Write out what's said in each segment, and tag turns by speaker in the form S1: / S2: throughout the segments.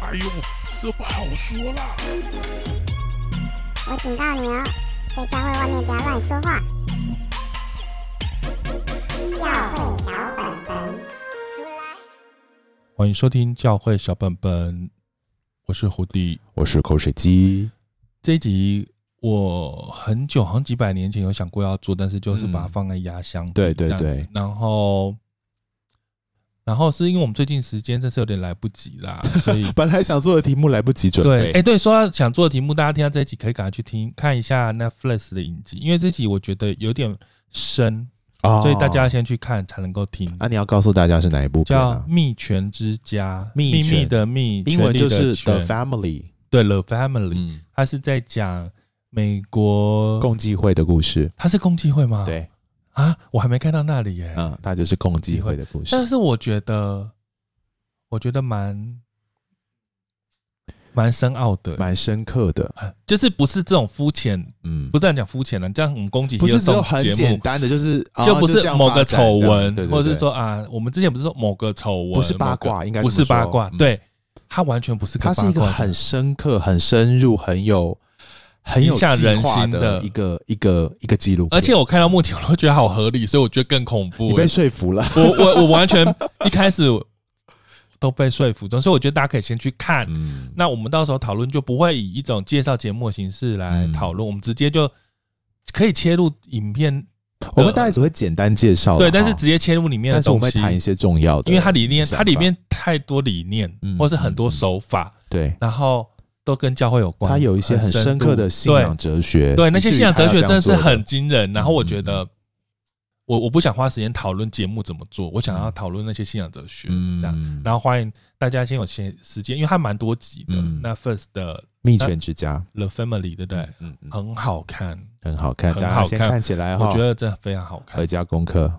S1: 哎呦，这不好说啦。
S2: 我警告你哦，在教会外面不要乱说话。教会小本本，出来。
S1: 欢迎收听教会小本本，我是胡迪。
S3: 我是口水鸡，
S1: 这一集我很久，好像几百年前有想过要做，但是就是把它
S3: 嗯
S1: 放在压箱底、
S3: 对对
S1: 这样子
S3: 对。
S1: 然后，然后是因为我们最近时间真是有点来不及 啦，所以
S3: 本来想做的题目来不及准
S1: 对，哎、
S3: 备，
S1: 对，说到想做的题目，大家听到这一集可以赶快去听看一下 Netflix 的影集，因为这集我觉得有点深，
S3: 哦
S1: 所以大家先去看才能够听。
S3: 啊，你要告诉大家是哪一部片
S1: 叫《
S3: 啊？
S1: 蜜泉之家》，
S3: 蜜
S1: 秘密
S3: 泉
S1: 的蜜，
S3: 英文
S1: 权
S3: 就
S1: 力的
S3: 是 The
S1: 权
S3: Family，
S1: 对 The Family，、
S3: 嗯，
S1: 它是在讲美国
S3: 共济会的故事，
S1: 他是共济会吗？
S3: 对，
S1: 啊，我还没看到那里耶。
S3: 嗯，它就是共济会的故事
S1: 但，是我觉得，我觉得蛮蛮深奥的，
S3: 蛮深刻的，
S1: 就是不是这种肤浅，
S3: 嗯
S1: 不，是这样讲肤浅了，这样我们攻击
S3: 不是只有很
S1: 节
S3: 简
S1: 目。
S3: 单的，就是啊
S1: 就不
S3: 这
S1: 是
S3: 样
S1: 某
S3: 发
S1: 个
S3: 展
S1: 丑
S3: 这样
S1: 闻
S3: 对，对
S1: 或者
S3: 对
S1: 是说啊，我们之前不是说某个丑闻，
S3: 不是八
S1: 某个
S3: 卦，应该
S1: 不
S3: 这么
S1: 是八
S3: 说
S1: 卦，，
S3: 嗯
S1: 对，它完全不是个八
S3: 它
S1: 卦。
S3: 是一个很深刻、很深入、很有很有
S1: 影响
S3: 计
S1: 人
S3: 划
S1: 心的
S3: 的一个一个一个记录片，
S1: 而且我看到目前我都觉得好合理，所以我觉得更恐怖
S3: 你
S1: 欸。
S3: 被说服了，
S1: 我我我完全一开始都被说服中，所以我觉得大家可以先去看。
S3: 嗯，
S1: 那我们到时候讨论就不会以一种介绍节目的形式来
S3: 嗯
S1: 讨论，我们直接就可以切入影片，
S3: 我们大概只会简单介绍啦，
S1: 对，但是
S3: 哈
S1: 直接切入里面的
S3: 但是我
S1: 东
S3: 们会
S1: 西，
S3: 谈一些重要的，
S1: 因为它里面
S3: 想
S1: 它
S3: 法
S1: 里面太多理念，
S3: 嗯
S1: 或是很多手法，
S3: 对
S1: 然后都跟教会有关，
S3: 它有一些很深刻的
S1: 度
S3: 信仰哲学，
S1: 对对，那些
S3: 以至于
S1: 信仰哲学真
S3: 它要这
S1: 的
S3: 样
S1: 是
S3: 做的
S1: 很惊人。然后我觉
S3: 嗯
S1: 得。我我不想花时间讨论节目怎么做，我想要讨论那些信仰哲学，这样。
S3: 嗯
S1: 然后欢迎大家先有些时间，因为它蛮多集的。
S3: 嗯
S1: 那 First 的
S3: 蜜泉之家，
S1: The Family 对不对？
S3: 嗯嗯，
S1: 很好看，
S3: 很好看，
S1: 很
S3: 大
S1: 好
S3: 家先
S1: 看
S3: 看起来哈，
S1: 我觉得真的非常好看
S3: 回。家功课，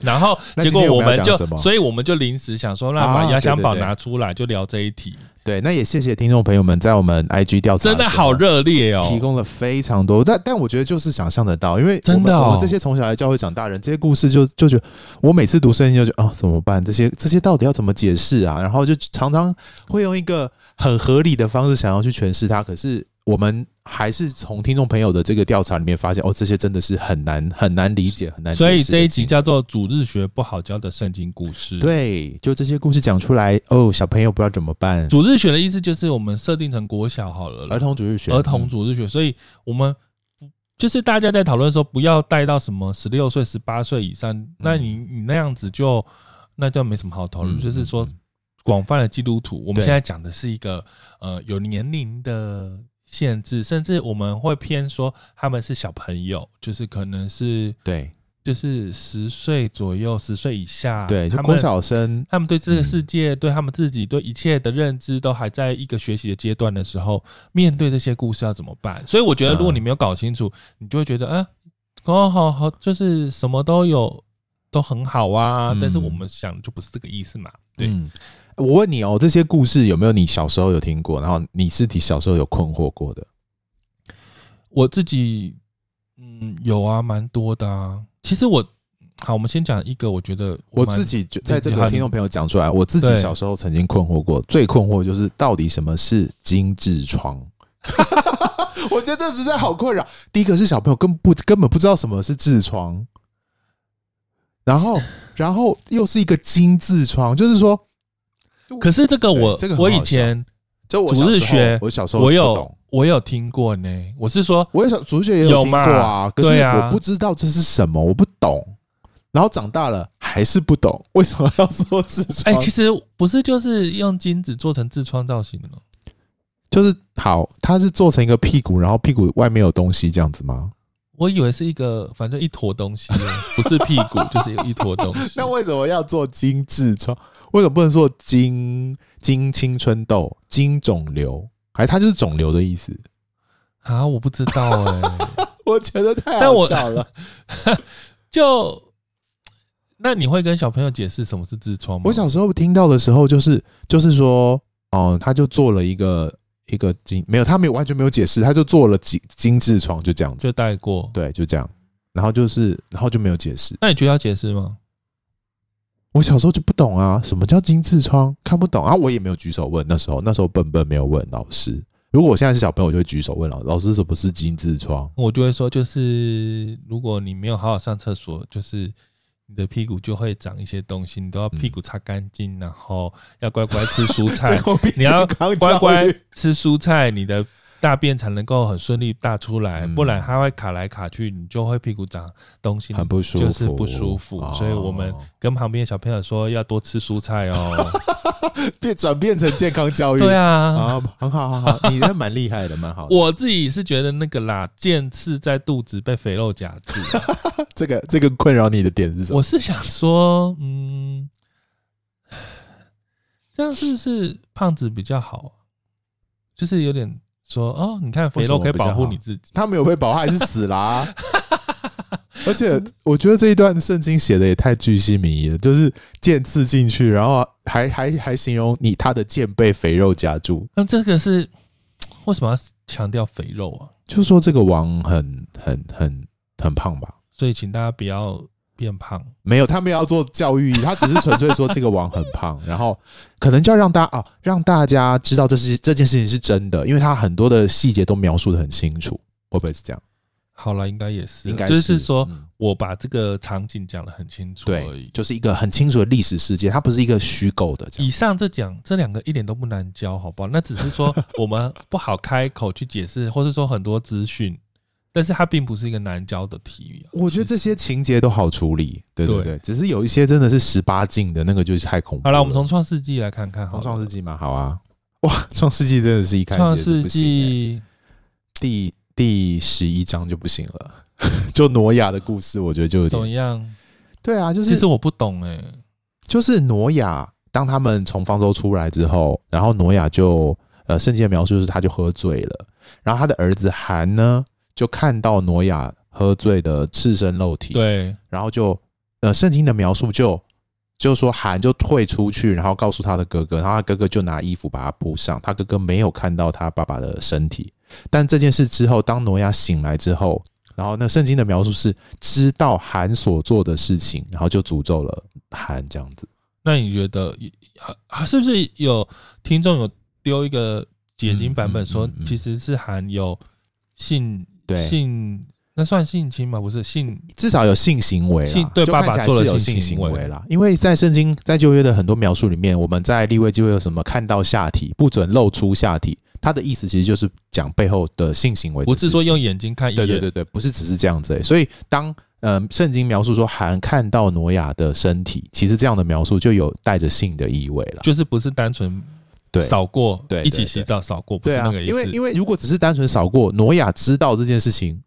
S1: 然后
S3: 那
S1: 结
S3: 今
S1: 果
S3: 天我们
S1: 们
S3: 要讲
S1: 就
S3: 什，么
S1: 所以我们就临时想说，那把
S3: 啊
S1: 压箱宝
S3: 对对对
S1: 拿出来，就聊这一题，
S3: 对，那也谢谢听众朋友们在我们 IG 调查
S1: 真的
S3: 时
S1: 好
S3: 候
S1: 热烈哦。
S3: 提供了非常多，但但我觉得就是想象得到，因为我们
S1: 真的哦
S3: 我们这些从小在教会长大人，这些故事就就觉得，我每次读圣经就觉得啊，怎么办？这些这些到底要怎么解释啊？然后就常常会用一个很合理的方式想要去诠释它，可是我们还是从听众朋友的这个调查里面发现，哦，这些真的是很难很难理解，很难解释
S1: 所
S3: 的
S1: 以
S3: 经历。
S1: 这一集叫做《主日学不好教的圣经故事》。，
S3: 对，就这些故事讲出来，哦，小朋友不知道怎么办。
S1: 主日学的意思就是我们设定成国小好了啦，
S3: 儿童主日学，嗯
S1: 儿童主日学，所以我们就是大家在讨论说，不要带到什
S3: 嗯
S1: 么十六岁、十八岁以上，那你你那样子就那就没什么好讨论。
S3: 嗯
S1: 就是说
S3: 嗯嗯，
S1: 广泛的基督徒，我们
S3: 对
S1: 现在讲的是一个呃有年龄的限制，甚至我们会偏说他们是小朋友，就是可能是
S3: 对
S1: 就是十岁左右、十岁以下，
S3: 对，就
S1: 他
S3: 郭
S1: 们
S3: 小生，
S1: 他们对这个
S3: 嗯
S1: 世界、对他们自己、对一切的认知都还在一个学习的阶段的时候，面对这些故事要怎么办？所以我觉得，如果
S3: 嗯
S1: 你没有搞清楚，你就会觉得，啊，哦，好好，就是什么都有，都很好啊。
S3: 嗯
S1: 但是我们想就不是这个意思嘛。对，
S3: 嗯，我问你哦，这些故事有没有你小时候有听过？然后你自己小时候有困惑过的？
S1: 我自己，嗯，有啊，蛮多的啊。其实我，好，我们先讲一个，我觉得
S3: 我
S1: 蛮
S3: 自己觉在这
S1: 你好
S3: 个听众朋友讲出来，我自己
S1: 对
S3: 小时候曾经困惑过，最困惑就是到底什么是精 致床。我觉得这实在好困扰。第一个是小朋友根不根本不知道什么是痔疮，然后然后又是一个精痔疮，就是说，
S1: 可是这个我，
S3: 对这个很
S1: 我
S3: 好
S1: 以
S3: 笑
S1: 前
S3: 就我
S1: 主
S3: 小
S1: 日
S3: 时
S1: 学
S3: 候，我小时候
S1: 我
S3: 不
S1: 有
S3: 懂
S1: 我有听过呢。我是说，
S3: 我也想主学也有听过啊，可
S1: 对
S3: 是
S1: 啊
S3: 我不知道这是什么，我不懂。然后长大了还是不懂，为什么要做痔
S1: 哎、
S3: 疮？
S1: 其实不是，就是用金子做成痔疮造型的吗？
S3: 就是好，它是做成一个屁股，然后屁股外面有东西这样子吗？
S1: 我以为是一个，反正一坨东西，不是屁股就是一坨东西。
S3: 那为什么要做精痔疮？为什么不能做精精青春痘、精肿瘤？还它就是肿瘤的意思？
S1: 啊，我不知道哎、
S3: 我觉得太
S1: 但
S3: 好
S1: 我
S3: 笑了。
S1: 就那你会跟小朋友解释什么是痔疮吗？
S3: 我小时候听到的时候，就是就是说，哦、他就做了一个一个精，没有，他没有完全没有解释，他就做了精精痔疮，就这样子。
S1: 就带过。
S3: 对，就这样。然后就是，然后就没有解释。
S1: 那你觉得要解释吗？
S3: 我小时候就不懂啊，什么叫金痔疮，看不懂啊，我也没有举手问。那时候那时候笨笨没有问老师。如果我现在是小朋友，我就会举手问老师：“老师，什么是金痔疮
S1: 我就会说，就是如果你没有好好上厕所，就是你的屁股就会长一些东西，你都要屁
S3: 嗯，
S1: 股擦干净，然后要乖乖吃蔬？”菜
S3: 后变
S1: 你要
S3: 健康
S1: 乖
S3: 教
S1: 乖
S3: 育
S1: 吃蔬菜，你的大便才能够很顺利大出来，
S3: 嗯
S1: 不然它会卡来卡去，你就会屁股长东西，
S3: 很不舒服，
S1: 就是不舒服。
S3: 哦
S1: 所以我们跟旁边的小朋友说要多吃蔬菜 哦。
S3: 变转变成健康教育。
S1: 对啊，
S3: 啊，很好，好好，你那蛮厉害的，蛮好的。
S1: 我自己是觉得那个啦，剑刺在肚子被肥肉夹住，
S3: 这个这个困扰你的点是什么？
S1: 我是想说，嗯，这样是不是胖子比较好啊？就是有点说哦，你看肥
S3: 为什
S1: 肉
S3: 么
S1: 可以
S3: 比较
S1: 保护
S3: 好
S1: 你自己。
S3: 他没有被保，他还是死啦、 而且我觉得这一段圣经写的也太居心民意了，就是剑刺进去，然后还还还形容你他的剑被肥肉夹住，
S1: 那这个是为什么要强调肥肉啊？
S3: 就说这个王很很很很胖吧？
S1: 所以请大家不要变胖。
S3: 没有，他没有要做教育意义，他只是纯粹说这个王很 胖，然后可能就要让大家啊，让大家知道这是这件事情是真的，因为他很多的细节都描述的很清楚，会不会是这样？
S1: 好了，应该也是，
S3: 应该
S1: 就是说、
S3: 嗯
S1: 我把这个场景讲得很清楚而
S3: 对
S1: 已，。
S3: 就是一个很清楚的历史事件，它不是一个虚构的这样。
S1: 以上这讲这两个一点都不难教，好不好？那只是说我们不好开口去解释， 或是说很多资讯，但是它并不是一个难教的题、啊。
S3: 我觉得这些情节都好处理，对对
S1: 对
S3: 对，只是有一些真的是十八禁的那个就是太恐怖。
S1: 好了，我们从创世纪来看看好
S3: 从
S1: 了，
S3: 创世纪嘛，好啊，哇，创世纪真的是一开始
S1: 创
S3: 也是
S1: 世
S3: 不行欸
S1: 纪
S3: 第第十一章就不行了， 就挪亚的故事，我觉得欸就有
S1: 怎么
S3: 点
S1: 样？
S3: 对啊，就
S1: 其实
S3: 是
S1: 我不懂哎、
S3: 就是挪亚，当他们从方舟出来之后，然后挪亚就呃，圣经的描述是他就喝醉了，然后他的儿子韩呢就看到挪亚喝醉的赤身露体，
S1: 对，
S3: 然后就呃，圣经的描述就就说韩就退出去，然后告诉他的哥哥，然后他哥哥就拿衣服把他铺上，他哥哥没有看到他爸爸的身体。但这件事之后，当挪亚醒来之后，然后那圣经的描述是知道韩所做的事情，然后就诅咒了韩这样子。
S1: 那你觉得啊啊是不是有听众有丢一个解经版本
S3: 嗯嗯
S1: 说
S3: 嗯嗯
S1: 其实是含有性
S3: 对
S1: 性那算性侵吗？不是性
S3: 至少有性行为
S1: 性
S3: 啦，
S1: 对
S3: 就
S1: 爸
S3: 看
S1: 爸
S3: 起来
S1: 做了
S3: 是有
S1: 性
S3: 性
S1: 行
S3: 行
S1: 为
S3: 为啦。因为在圣经在旧约的很多描述里面，我们在立位就会有什么看到下体不准露出下体，它的意思其实就是讲背后的性行为的
S1: 不
S3: 事情，
S1: 是说用眼睛看一
S3: 对
S1: 眼，
S3: 对对对，不是只是这样子、欸。所以当呃圣经描述说韩看到挪亚的身体，其实这样的描述就有带着性的意味了。
S1: 就是不是单纯
S3: 对
S1: 扫过，
S3: 对对
S1: 一起洗澡扫过，不
S3: 对
S1: 是
S3: 啊
S1: 那，个意
S3: 因为
S1: 思。
S3: 因为如果只是单纯扫过，挪亚知道这件事情，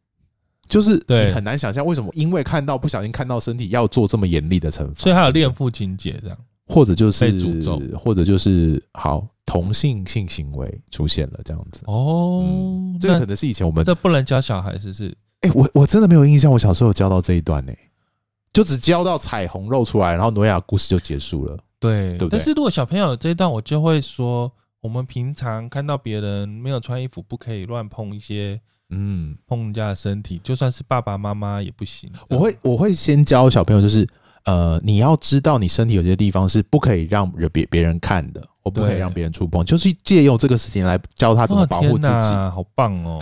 S3: 就是
S1: 对
S3: 你很难想象为什么因为看到不小心看到身体要做这么严厉的惩罚。
S1: 所以还有恋父情节这样，
S3: 或者就是
S1: 被诅咒
S3: 或者就是好同性性行为出现了这样子。
S1: 哦，
S3: 嗯这个可
S1: 那
S3: 能是以前我们
S1: 这不能教小孩，是不是？
S3: 哎、我我真的没有印象，我小时候有教到这一段呢、就只教到彩虹露出来，然后挪亚故事就结束了。
S1: 对，
S3: 对不对
S1: 但是如果小朋友有这一段，我就会说，我们平常看到别人没有穿衣服，不可以乱碰一些
S3: 嗯，
S1: 碰人家的身体，就算是爸爸妈妈也不行。啊
S3: 我会我会先教小朋友，就是呃，你要知道你身体有些地方是不可以让人别别人看的，我不可以
S1: 对
S3: 让别人触碰，就是借用这个事情来教他怎么
S1: 哇
S3: 保护
S1: 天
S3: 自己。
S1: 哪，好棒 哦！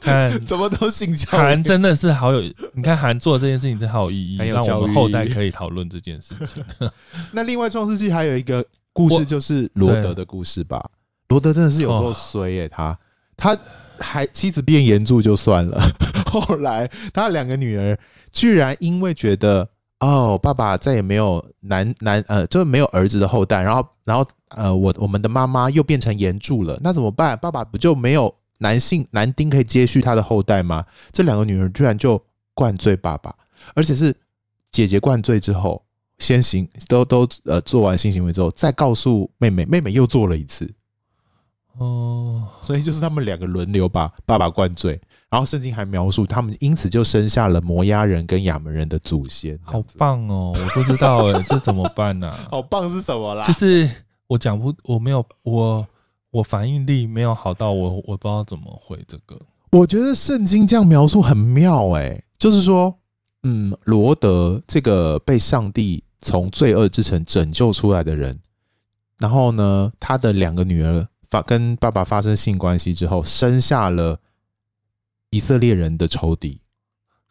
S1: 看
S3: 怎么都性教育
S1: 韩真的是好有，你看韩做这件事情真好有意义，
S3: 很有
S1: 让
S3: 教
S1: 我们
S3: 育意义
S1: 后代可以讨论这件事 情。
S3: 那另外《创世纪》还有一个故事，
S1: 我
S3: 就是罗德的故事吧。罗德真的是有够
S1: 哦
S3: 衰耶、他他还妻子变严重就算了，后来他两个女儿居然因为觉得哦，爸爸再也没有男男呃，就是没有儿子的后代，然后然后呃，我我们的妈妈又变成严柱了，那怎么办？爸爸不就没有男性男丁可以接续他的后代吗？这两个女儿居然就灌醉爸爸，而且是姐姐灌醉之后，先行都都呃做完性行为之后，再告诉妹妹，妹妹又做了一次，
S1: 哦，
S3: 所以就是他们两个轮流把爸爸灌醉。然后圣经还描述他们因此就生下了摩押人跟亚门人的祖先，
S1: 好
S3: 这样子
S1: 棒哦！我不知道 哎、这怎么办呢、
S3: 好棒是什么啦？
S1: 就是我讲不，我没有我我反应力没有好到我我不知道怎么回这个。
S3: 我觉得圣经这样描欸述很妙哎、就是说，嗯，罗德这个被上帝从罪恶之城拯救出来的人。然后呢，他的两个女儿发跟爸爸发生性关系之后，生下了以色列人的仇敌，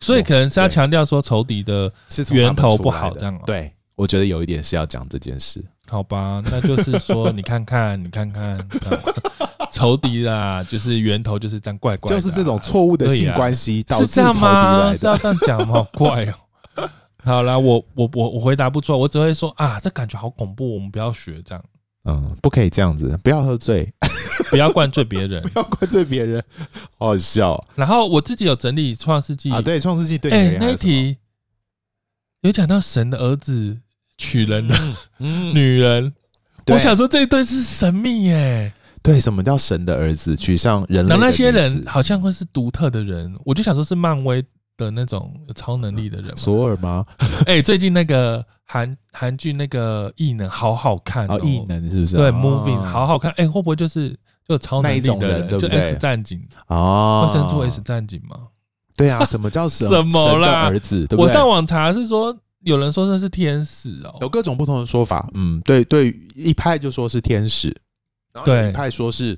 S1: 所以可能是要强调说仇敌的，
S3: 是从他们
S1: 源头不
S3: 出来
S1: 好
S3: 的
S1: 这样哦
S3: 对，我觉得有一点是要讲这件事。
S1: 好吧？那就是说，你看看， 你看看，这样仇敌啦，就是源头就是这样怪怪的啊，
S3: 就是这种错误的性关
S1: 系
S3: 系导
S1: 是
S3: 致
S1: 这
S3: 仇
S1: 样
S3: 敌
S1: 吗？
S3: 来
S1: 是要啊
S3: 的。
S1: 这样讲吗？好怪哦。 好啦，我我我我回答不出来，我只会说啊，这感觉好恐怖，我们不要学这样，
S3: 嗯，不可以这样子，不要喝醉，
S1: 不要灌醉别人。
S3: 不要怪罪别人， 好好笑哦
S1: 然后我自己有整理《创世纪》
S3: 啊！，对，创世纪对你而
S1: 哎、
S3: 言还
S1: 那一
S3: 有什么
S1: 题有讲到神的儿子娶人的
S3: 嗯，
S1: 女人，
S3: 对
S1: 我想说这一对是神秘耶、
S3: 对，什么叫神的儿子娶上人类的
S1: 然后那些
S3: 女
S1: 人
S3: 子
S1: 好像会是独特的人，我就想说是漫威的那种有超能力的人嘛。
S3: 索尔吗？
S1: 哎、最近那个韩韩剧那个异能好好看、哦，
S3: 哦，异能是不是？
S1: 对、
S3: 哦
S1: Moving 好好看，哎、会不会就是就有超能力
S3: 那一种
S1: 的
S3: 人对不
S1: 就
S3: 对
S1: X 战警
S3: 哦，
S1: 会生出 X 战警吗？
S3: 对啊，什么 叫神？
S1: 什么啦
S3: 神的儿子，对不对？
S1: 我上网查是说有人说那是天使哦、
S3: 有各种不同的说法，嗯，对对，一派就说是天使，然后
S1: 对
S3: 有一派说是，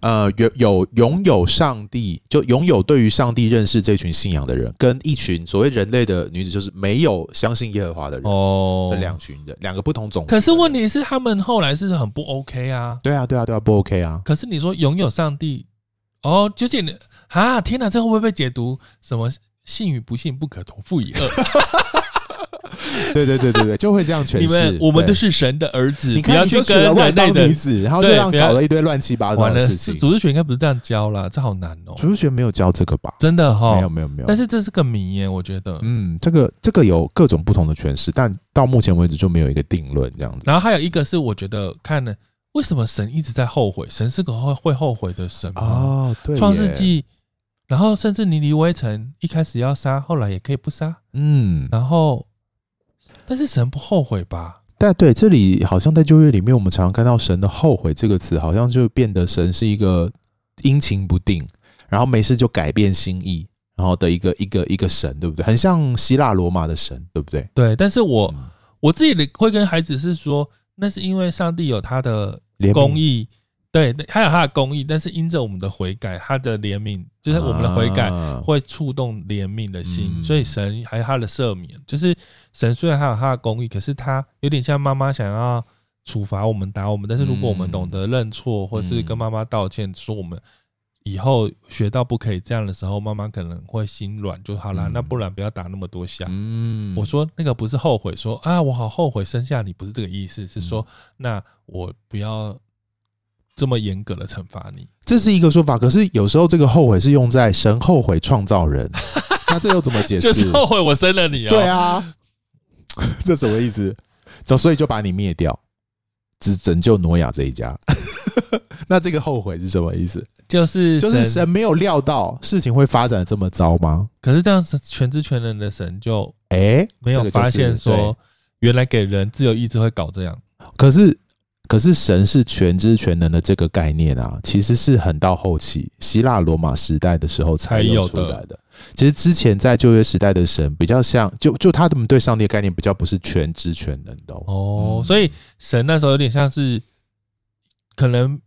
S3: 呃，有有拥有上帝，就拥有对于上帝认识这群信仰的人，跟一群所谓人类的女子，就是没有相信耶和华的人，
S1: 哦，
S3: 这两群人，两个不同种族的
S1: 可
S3: 人。
S1: 是问题是，他们后来是很不 OK 啊。
S3: 对啊，对啊，对啊，不 OK 啊，
S1: 可是你说拥有上帝，哦，就是你啊，天哪，这会不会被解读什么信与不信不可同负一 二？
S3: 对对对对对，就会这样诠释。
S1: 你们我们
S3: 对
S1: 都是神的儿子，
S3: 你
S1: 不要
S3: 看，
S1: 去
S3: 你就娶
S1: 跟
S3: 了外
S1: 人类
S3: 邦
S1: 的
S3: 女子，然后就
S1: 对
S3: 让
S1: 不要
S3: 搞了一堆乱七八糟
S1: 完
S3: 的
S1: 了，
S3: 事
S1: 是
S3: 情。
S1: 组织学应该不是这样教啦，这好难哦、
S3: 主学没有教这个吧？
S1: 真的哈、
S3: 没有没有没有
S1: 哦但，是这是个谜耶，我觉得。
S3: 嗯，这个这个有各种不同的诠释，但到目前为止就没有一个定论这样子。
S1: 然后还有一个是，我觉得看了为什么神一直在后悔，神是个会会后悔的神吗？
S3: 哦，对，
S1: 创世，纪，然后甚至尼尼微城一开始要杀，后来也可以不杀，
S3: 嗯，
S1: 然后但是神不后悔吧？
S3: 但对这里好像在旧约里面，我们常常看到“神的后悔”这个词，好像就变得神是一个阴晴不定，然后没事就改变心意，然后的一个一个一个神，对不对？很像希腊罗马的神，对不对？
S1: 对，但是我、
S3: 嗯
S1: 我自己的会跟孩子是说，那是因为上帝有他的
S3: 怜悯
S1: 公义，对，他有他的公义，但是因着我们的悔改，他的怜悯就是我们的悔改。
S3: 啊
S1: 会触动怜悯的心，
S3: 嗯
S1: 所以神还有他的赦免，就是神虽然还有他的公义，可是他有点像妈妈想要处罚我们、打我们，但是如果我们
S3: 嗯
S1: 懂得认错，或是跟
S3: 嗯
S1: 妈妈道歉，说我们以后学到不可以这样的时候，妈妈可能会心软，就好啦，
S3: 嗯
S1: 那不然不要打那么多下。
S3: 嗯
S1: 我说那个不是后悔，说啊我好后悔生下你，不是这个意思，是
S3: 嗯
S1: 说那我不要这么严格的惩罚你。
S3: 这是一个说法，可是有时候这个后悔是用在神后悔创 造人，那这又怎么解
S1: 就
S3: 释？
S1: 是后悔我生了你啊、
S3: 对啊， 这什么意思？就所以就把你灭掉，只拯救挪亚这一家。 那这个后悔是什么意思？
S1: 就是
S3: 就是神没有料到事情会发展得这么糟吗？
S1: 可是这样子全知全能的神就
S3: 哎、
S1: 没有
S3: 这个就是
S1: 发现
S3: 对
S1: 说，原来给人自由意志会搞这样。
S3: 可是，可是神是全知全能的这个概念啊，其实是很到后期希腊罗马时代的时候才有出
S1: 才
S3: 来的。其实之前在旧约时代的神比较像，就就他们对上帝的概念比较不是全知全能的哦。
S1: 哦，
S3: 嗯
S1: 所以神那时候有点像是可能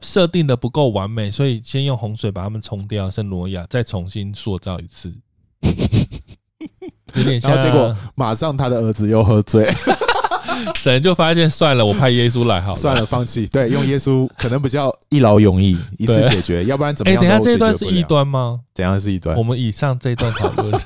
S1: 设定的不够完美，所以先用洪水把他们冲掉，圣罗亚再重新塑造一 次，有点像。
S3: 然后结果马上他的儿子又喝醉，
S1: 神就发现算了，我派耶稣来好了。
S3: 算了，放弃。对，用耶稣可能比较一劳永逸，一次
S1: 对
S3: 解决，要不然怎么
S1: 哎、
S3: 样？
S1: 等一下这一
S3: 一
S1: 段是异，端吗？
S3: 怎样是异端
S1: 我？们以上这一段讨论，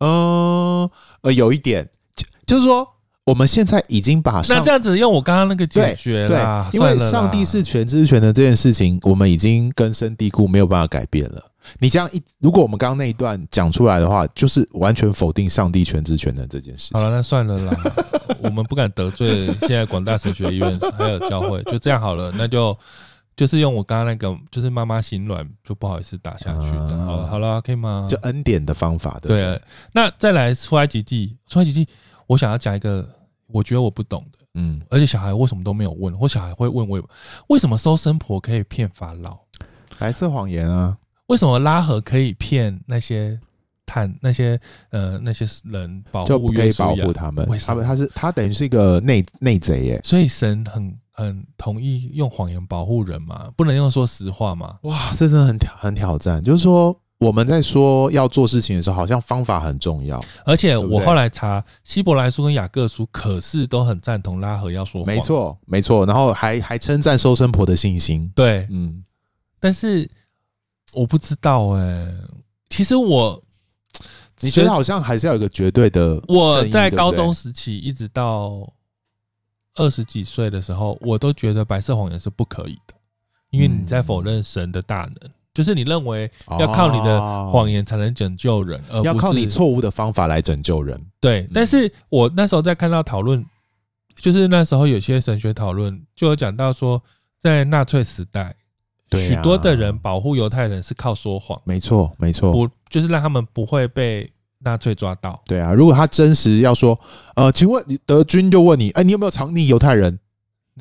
S3: 嗯呃，有一点，就就是说我们现在已经把
S1: 那
S3: 上
S1: 这样子用我刚刚那个解决
S3: 对
S1: 啦，，
S3: 因为
S1: 算了啦
S3: 上帝是全知全能这件事情，我们已经根深蒂固，没有办法改变了。你这样一，如果我们刚刚那一段讲出来的话，就是完全否定上帝全知全能这件事
S1: 好
S3: 情。
S1: 了，那算了啦， 我们不敢得罪现在广大神学医院还有教会，就这样好了，那就就是用我刚刚那个，就是妈妈心软，就不好意思打下去，这样好了，
S3: 啊
S1: 好了，可以吗？
S3: 就恩典的方法的，
S1: 对，啊那再来出埃及记，出埃及记，我想要讲一个我觉得我不懂的，
S3: 嗯，
S1: 而且小孩为什么都没有问，或小孩会问我也，为什么收生婆可以骗法老，
S3: 白色谎言啊，
S1: 为什么拉合可以骗那些探那些呃那些人保
S3: 就
S1: 护
S3: 不可
S1: 约
S3: 以
S1: 书
S3: 保
S1: 亚
S3: 护他们
S1: 为。
S3: 他
S1: 什么
S3: 们他是他等于是一个内内贼耶！
S1: 所以神很很同意用谎言保护人嘛，不能用说实话嘛。
S3: 哇，这真的很挑很挑战。就是说我们在说要做事情的时候，好像方法很重要。
S1: 而且
S3: 对不
S1: 我
S3: 对
S1: 后来查希伯来书跟雅各书，可是都很赞同拉合要说谎，
S3: 没，错，没错。然后还还称赞收生婆的信心。
S1: 对。
S3: 嗯，
S1: 但是我不知道哎、其实我
S3: 你觉得好像还是要有一个绝对的正义。
S1: 我在高
S3: 对不
S1: 中
S3: 对
S1: 时期一直到二十几岁的时候，我都觉得白色谎言是不可以的，因为你在否认神的大能，就是你认为要靠你的谎言才能拯救人，而
S3: 哦要
S1: 不
S3: 靠你
S1: 是
S3: 错误的方法来拯救人。
S1: 对。但是我那时候在看到讨论，就是那时候有些神学讨论就有讲到说，在纳粹时代，
S3: 对
S1: 许
S3: 啊
S1: 多的人保护犹太人是靠说谎，
S3: 没错，没错。
S1: 不就是让他们不会被纳粹抓到。
S3: 对啊，如果他真实要说，呃，请问你德军就问你，哎、你有没有藏匿犹太人？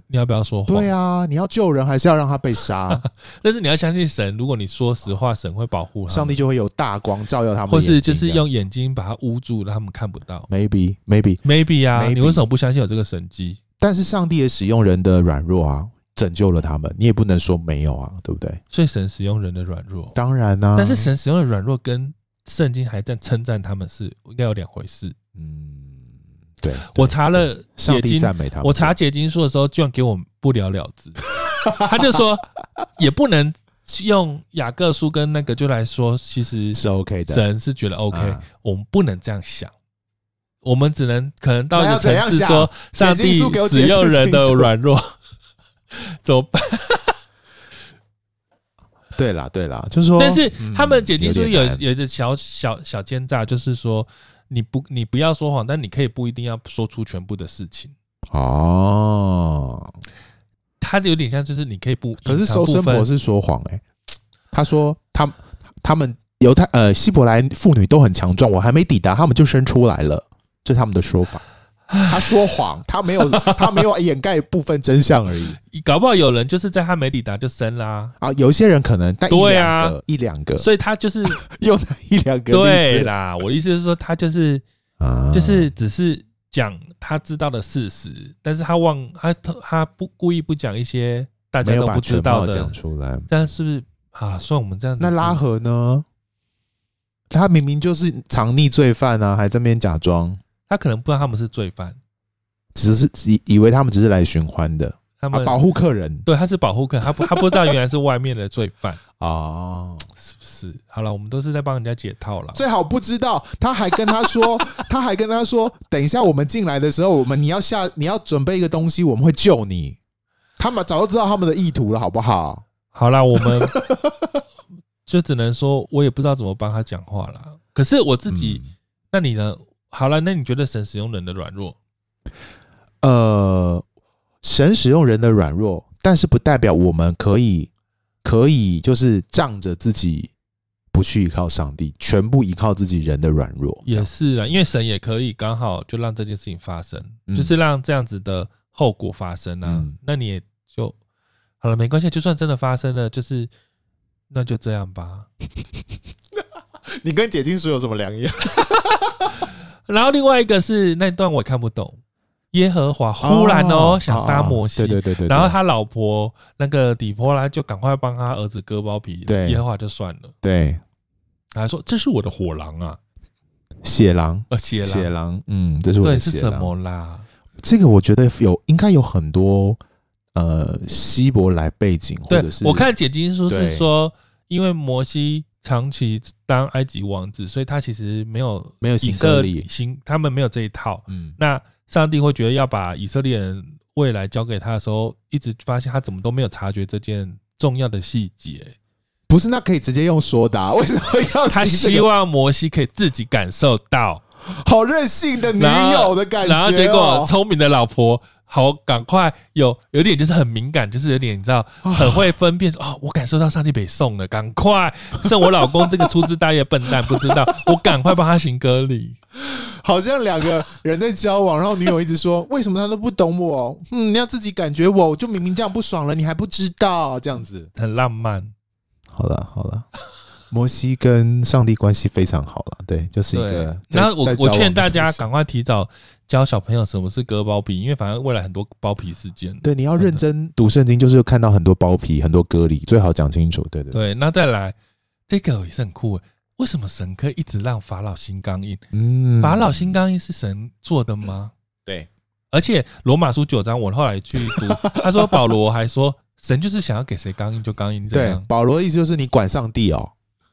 S1: 你要不要说谎？
S3: 对啊，你要救人还是要让他 被杀？
S1: 但是你要相信神，如果你说实话，神会保护他们
S3: 上帝，就会有大光照耀他们的
S1: 或
S3: 眼睛这
S1: 是就
S3: 样，
S1: 是用眼睛把它捂住，让他们看不到。
S3: maybe maybe，
S1: Maybe 啊
S3: Maybe
S1: 你为什么不相信有这个神迹？
S3: 但是上帝也使用人的软弱啊，拯救了他们，你也不能说没有啊，对不对？
S1: 所以神使用人的软弱，
S3: 当然呢、啊，
S1: 但是神使用的软弱跟圣经还在称赞他们是应该有两回事。
S3: 嗯，对，对
S1: 我查了
S3: 上
S1: 解
S3: 帝
S1: 经，
S3: 赞美他们，
S1: 我查解经书的时候，居然给我们不了了 之。他就说，也不能用雅各书跟那个就来说，其实
S3: 是 OK 的。
S1: 神是觉得 OK，、
S3: 啊
S1: 我们不能这样想，我们只能可能到一个
S3: 那
S1: 层
S3: 要怎
S1: 次
S3: 样
S1: 说，上
S3: 想
S1: 帝
S3: 写经书给我
S1: 使
S3: 解释
S1: 用人的
S3: 清楚
S1: 软 弱，怎么办？
S3: 对啦，对啦，就是说，
S1: 但是
S3: 嗯
S1: 他们解经书有
S3: 有点难
S1: 有一个小小小奸诈，就是说你不你不要说谎，但你可以不一定要说出全部的事情。
S3: 哦，
S1: 它有点像，就是你可以不，
S3: 可是
S1: 隐藏
S3: 收
S1: 部
S3: 生
S1: 分
S3: 婆是说谎哎、他说他他们犹太呃希伯来妇女都很强壮，我还没抵达，他们就生出来了，这是他们的说法。他说谎，他没有他没有掩盖部分真相而已
S1: 搞不好有人就是在他没抵达就生啦，
S3: 啊。有一些人可能，但一
S1: 对
S3: 两
S1: 啊
S3: 个、一两个，
S1: 所以他 就是
S3: 又那一两个例
S1: 对
S3: 子
S1: 啦。我的意思是说，他就是
S3: 啊
S1: 就是只是讲他知道的事实，但是他忘他他他不故意不讲一些大
S3: 没
S1: 家
S3: 有
S1: 都
S3: 把
S1: 不
S3: 全
S1: 知道
S3: 貌讲
S1: 的，
S3: 出来。
S1: 这样是不是啊？算我们这样子，
S3: 那拉合呢？他明明就是藏匿罪犯啊，还在那边假装，
S1: 他可能不知道他们是罪犯，
S3: 只是以以为他们只是来寻欢的，
S1: 他
S3: 啊，
S1: 们、
S3: 保护客人
S1: 对他是保护客，他不他不知道原来是外面的罪犯，
S3: 哦。
S1: 是不是？好了，我们都是在帮人家解套了。
S3: 最好不知道，他还跟 他说，他还跟他说，等一下我们进来的时候，我们你要下，你要准备一个东西，我们会救你。他们早就知道他们的意图了，好不好？
S1: 好啦，我们 就只能说，我也不知道怎么帮他讲话啦。可是我自己，
S3: 嗯
S1: 那你呢？好了，那你觉得神使用人的软弱？
S3: 嗯、呃，神使用人的软弱，但是不代表我们可以可以就是仗着自己不去依靠上帝，全部依靠自己人的软弱。
S1: 也是啊，因为神也可以刚好就让这件事情发生，
S3: 嗯
S1: 就是让这样子的后果发生啊。
S3: 嗯
S1: 那你也就好了，没关系，就算真的发生了，就是那就这样吧。
S3: 你跟解经书有什么两样？
S1: 然后另外一个是那段我也看不懂，耶和华 忽然哦想杀摩西，
S3: 对对对对对
S1: 然后他老婆那个底波拉就赶快帮他儿子割包皮，
S3: 对
S1: 耶和华就算了，
S3: 对
S1: 他说这是我的火狼啊，
S3: 血狼，
S1: 呃血
S3: 血
S1: 狼，
S3: 狼，嗯，这是我的
S1: 对
S3: 血
S1: 是
S3: 狼。
S1: 什么啦？
S3: 这个我觉得有应该有很多呃希伯来背景，或
S1: 对
S3: 者，是
S1: 我看解经书
S3: 对
S1: 是说，因为摩西长期当埃及王子，所以他其实没有
S3: 没有
S1: 以
S3: 行
S1: 色
S3: 色
S1: 列
S3: 力，
S1: 行，他们没有这一套。
S3: 嗯，
S1: 那上帝会觉得要把以色列人未来交给他的时候，一直发现他怎么都没有察觉这件重要的细节。
S3: 不是那可以直接用说的、啊，为什么要
S1: 他
S3: 行
S1: 希
S3: 这个
S1: 望摩西可以自己感受到，
S3: 好任性的女
S1: 然后
S3: 友的感觉、哦
S1: 然后结果聪明的老婆。好，赶快有有点就是很敏感，就是有点你知道
S3: 啊
S1: 很会分辨说哦，我感受到上帝北宋了，赶快！剩我老公这个粗枝大叶笨蛋不知道，我赶快帮他行割礼。
S3: 好像两个人在交往，然后女友一直说为什么他都不懂我，嗯，你要自己感觉我，我就明明这样不爽了，你还不知道这样子。
S1: 很浪漫，
S3: 好了好了，摩西跟上帝关系非常好了，对，就是一
S1: 对
S3: 个。在。
S1: 那我
S3: 在
S1: 我
S3: 交往
S1: 劝
S3: 的
S1: 大家
S3: 同时
S1: 赶快提早教小朋友什么是割包皮，因为反正未来很多包皮事件。
S3: 对，你要
S1: 真的
S3: 认真读圣经，就是看到很多包皮、很多割礼，最好讲清楚。对对
S1: 对，
S3: 对，
S1: 那再来这个也是很酷诶，为什么神可以一直让法老心刚硬？
S3: 嗯
S1: 法老心刚硬是神做的吗？
S3: 对，
S1: 而且罗马书九章，我后来去读， 他说保罗还说神就是想要给谁刚硬就刚硬，这
S3: 对
S1: 样，
S3: 保罗的意思就是你管上帝哦，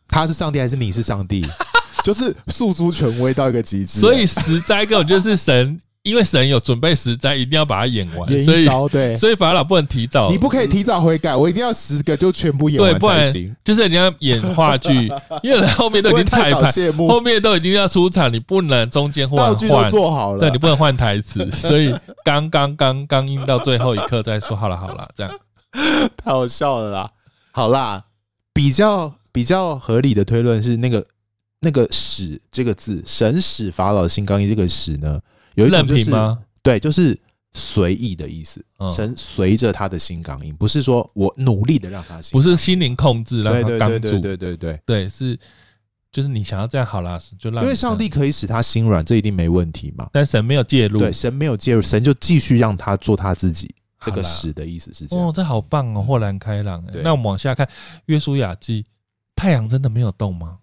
S3: 他是上帝还是你是上帝， 就是诉诸权威到一个极致啊，
S1: 所以十灾根本就是神，因为神有准备十灾，一定要把它演完，
S3: 演
S1: 所
S3: 一
S1: 以
S3: 招对，
S1: 所以法老不能提早，
S3: 你不可以提早悔改，我一定要十个就全部演
S1: 对，
S3: 完
S1: 不
S3: 才
S1: 然
S3: 行，
S1: 就是你要演话 剧，因为后面都
S3: 不
S1: 已
S3: 然
S1: 经
S3: 太
S1: 彩
S3: 早
S1: 排，
S3: 谢幕
S1: 后，面都已经要出场，你不能中间
S3: 道
S1: 换
S3: 具都
S1: 换，
S3: 做好了
S1: 对你，不能换台词，所以刚刚刚刚硬到最后一刻再说好了好了，这样
S3: 太好笑了啦。好啦，比较比较合理的推论是那个那个“使”这个字，神使法老心刚一这个“使”呢，有一
S1: 任
S3: 种就
S1: 凭
S3: 是
S1: 吗？
S3: 对，就是随意的意思。
S1: 嗯
S3: 神随着他的心刚硬，不是说我努力的让他心，
S1: 不是心灵控制让
S3: 对
S1: 他
S3: 对
S1: 刚
S3: 对
S1: 住
S3: 对，对对对，
S1: 对，是就是你想要这样好啦，就让
S3: 因为
S1: 你
S3: 上
S1: 这样，
S3: 帝可以使他心软，这一定没问题嘛。
S1: 但神没有介入，
S3: 对，神没有介入，神就继续让他做他自己。这
S1: 好
S3: 个“
S1: 啦
S3: 使”的意思是这
S1: 哦
S3: 样，，
S1: 这好棒哦，豁然开朗欸。
S3: 对
S1: 那我们往下看，《约书亚记》，太阳真的没有动吗？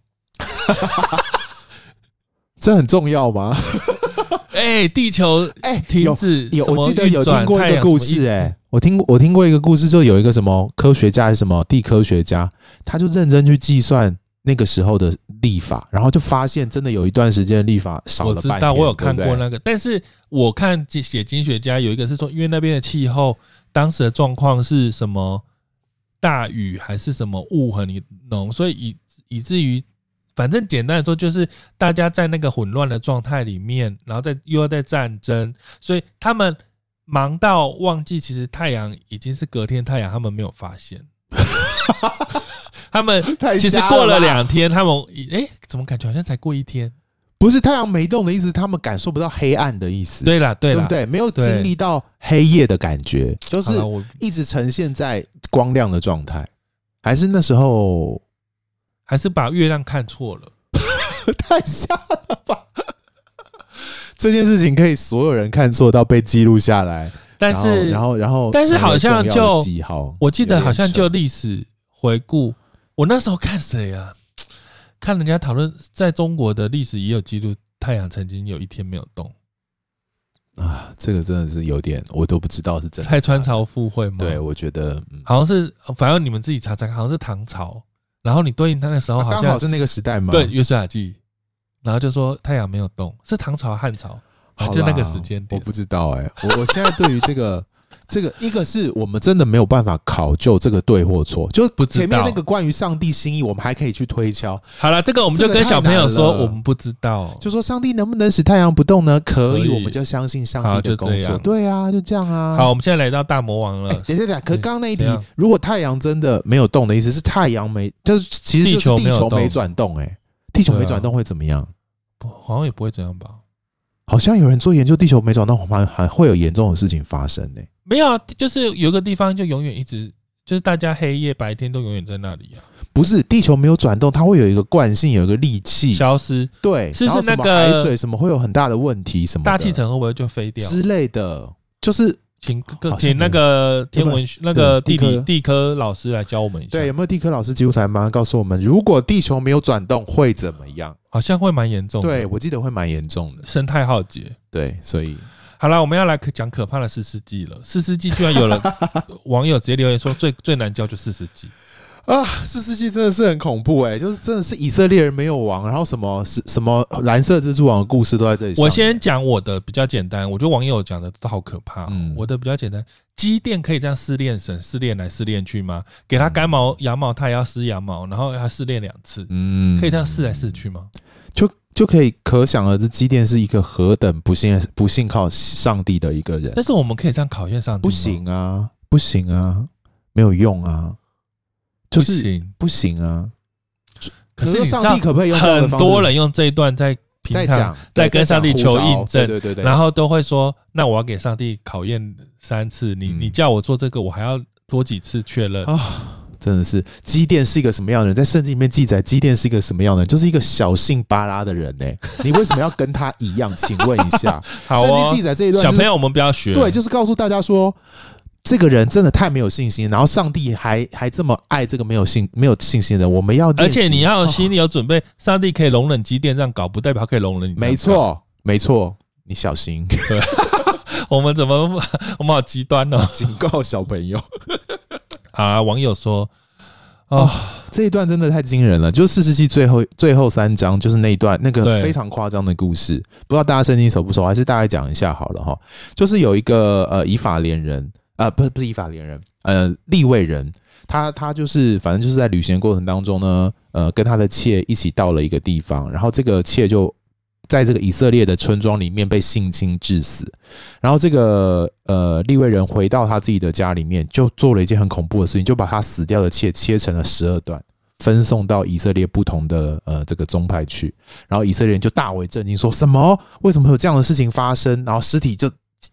S3: 这很重要吗？
S1: 哎、地球
S3: 哎，
S1: 停
S3: 有
S1: 止，
S3: 有，
S1: 什么
S3: 我记得有
S1: 运转
S3: 听过一个故事、，
S1: 太阳什么
S3: 哎，我听过我听过一个故事，就有一个什么科学家还是什么地科学家，他就认真去计算那个时候的历法，然后就发现真的有一段时间的历法
S1: 一
S3: 少
S1: 我
S3: 了
S1: 知
S3: 半
S1: 道，
S3: 天
S1: 我有
S3: 对不
S1: 看
S3: 对
S1: 过那个，但是我看写写经学家有一个是说，因为那边的气候当时的状况是什么大雨还是什么雾很浓，所以以以至于。反正简单的说，就是大家在那个混乱的状态里面，然后再又要在战争，所以他们忙到忘记，其实太阳已经是隔天太阳，他们没有发 现。他们
S3: 太
S1: 其实
S3: 瞎了
S1: 过
S3: 吧
S1: 了两天，他们哎、怎么感觉好像才过一天？
S3: 不是太阳没动的意思，他们感受不到黑暗的意思，
S1: 对啦，对
S3: 对
S1: 啦，
S3: 不对？没有
S1: 对
S3: 经历到黑夜的感觉，就
S1: 好
S3: 是
S1: 啦我
S3: 一直呈现在光亮的状态，还是那时 候
S1: 还是把月亮看错了。
S3: 太瞎了吧？这件事情可以所有人看错到被记录下来，
S1: 但是，
S3: 然后然后然后
S1: 但是
S3: 成为
S1: 好像
S3: 重要的
S1: 就
S3: 记号，
S1: 我记得
S3: 有点
S1: 好像就
S3: 扯
S1: 历史回顾，我那时候看谁啊？看人家讨论，在中国的历史也有记录，太阳曾经有一天没有动。
S3: 啊，这个真的是有点我都不知道是真的
S1: 蔡川朝复会吗？
S3: 对，我觉得嗯，
S1: 好像是，反正你们自己查查看，好像是唐朝。然后你对应他那时候
S3: 啊
S1: 哦好
S3: 刚
S1: 像、
S3: 好是那个时代嘛，
S1: 对《约书亚记》，然后就说太阳没有动，是唐朝汉朝，好
S3: 好啦
S1: 就那个时间
S3: 我
S1: 点。
S3: 不知道哎、我我现在对于这个 这个，一个是我们真的没有办法考究这个对或错，就
S1: 不知道
S3: 前面那个关于上帝心意，我们还可以去推敲，
S1: 好了，这个我们就跟小朋友
S3: 这个
S1: 说，
S3: 太难了
S1: 我们不知道，
S3: 就说上帝能不能使太阳不动呢？可
S1: 哦
S3: 以，
S1: 可以
S3: 我们就相信上
S1: 好
S3: 帝
S1: 就
S3: 的工
S1: 这
S3: 作。
S1: 样
S3: 对啊，就这样啊。
S1: 好，我们现在来到大魔王
S3: 哎，
S1: 了，
S3: 等一下等一下，可是刚刚那一题
S1: 怎样，
S3: 如果太阳真的没有动的意思是太阳没，就是其实就
S1: 地球
S3: 是
S1: 没
S3: 地
S1: 有
S3: 球
S1: 动
S3: 没转动、哎，地球
S1: 对
S3: 没
S1: 啊
S3: 转动会怎么样？
S1: 不好像也不会怎样吧？
S3: 好像有人做研究，地球没转动，还还会有严重的事情发生呢、哎
S1: 没有啊，就是有个地方就永远一直，就是大家黑夜白天都永远在那里啊，
S3: 不是地球没有转动，它会有一个惯性，有一个力气，
S1: 消失，
S3: 对，
S1: 是不是
S3: 然后什么
S1: 那个
S3: 海水什么会有很大的问题什么的
S1: 大气层会不会就飞掉？啊
S3: 之类的，就是
S1: 请
S3: 好像
S1: 请那个天文学那个地
S3: 对
S1: 理
S3: 地科
S1: 地科老师来教我们一下
S3: 对，有，没有地科老师基督台妈告诉我们，如果地球没有转动会怎么样？
S1: 好像会蛮严重的，
S3: 对我记得会蛮严重的，
S1: 生态浩劫。
S3: 对，所以
S1: 好了，我们要来可讲可怕的四世纪了。四世纪居然有 人网友直接留言说最最难教就四世纪，
S3: 啊，四世纪真的是很恐怖哎、就是真的是以色列人没有王，然后什么是什么蓝色蜘蛛网的故事都在这里上。
S1: 我先讲我的比较简单，我觉得网友讲的都好可怕哦、
S3: 嗯
S1: 我的比较简单，机电可以这样撕裂神、撕裂来撕裂去吗？给他干毛羊毛，他也要撕羊毛，然后要撕裂两次，
S3: 嗯
S1: 可以这样撕来撕去吗？
S3: 就就可以可想而知，基甸是一个何等不信不信靠上帝的一个人。
S1: 但是我们可以这样考验上帝吗
S3: 不，行啊，不行啊，没有用啊，就
S1: 不
S3: 是
S1: 行。
S3: 不行啊。
S1: 可是你知
S3: 上
S1: 道
S3: 帝，可不可以用这样的
S1: 很
S3: 方式
S1: 多人用这一段在平
S3: 在
S1: 常，
S3: 讲，
S1: 在跟上帝
S3: 在讲
S1: 求
S3: 呼召
S1: 印证
S3: 对对对，
S1: 然
S3: 后
S1: 后都会说，那我要给上帝考验三次，你
S3: 嗯
S1: 你叫我做这个，我还要多几次确认。
S3: 啊，真的是基甸是一个什么样的人，在圣经里面记载基甸是一个什么样的人，就是一个小性巴拉的人呢、欸 你为什么要跟他一样？请问一下，
S1: 好
S3: 圣
S1: 哦
S3: 经记，载这一段、就
S1: 小
S3: 是，
S1: 朋友我们不要学，
S3: 对，就是告诉大家说，这个人真的太没有信心，然后上帝还还这么爱这个没有信没有信心的人，我们要
S1: 而
S3: 练习，
S1: 且你要有心里有准备，上帝可以容忍基甸这样搞，不代表他可以容忍你。
S3: 没，错没错，你小心
S1: 我们怎么我们好极端哦？
S3: 警告小朋友，
S1: 啊，网友说，哦，
S3: 这一段真的太惊人了，就是四十七最后最后三章，就是那一段那个
S1: 对
S3: 非常夸张的故事，不知道大家圣经熟不熟，还是大概讲一下好了哈。就是有一个呃以法连人，啊，不是不是以法连人，呃利未人，他他就是反正就是在旅行的过程当中呢，呃跟他的妾一起到了一个地方，然后这个妾就。在这个以色列的村庄里面被性侵致死，然后这个呃利未人回到他自己的家里面，就做了一件很恐怖的事情，就把他死掉的妾切成了十二段，分送到以色列不同的呃这个宗派去。然后以色列人就大为震惊，说什么？为什么会有这样的事情发生？然后尸体就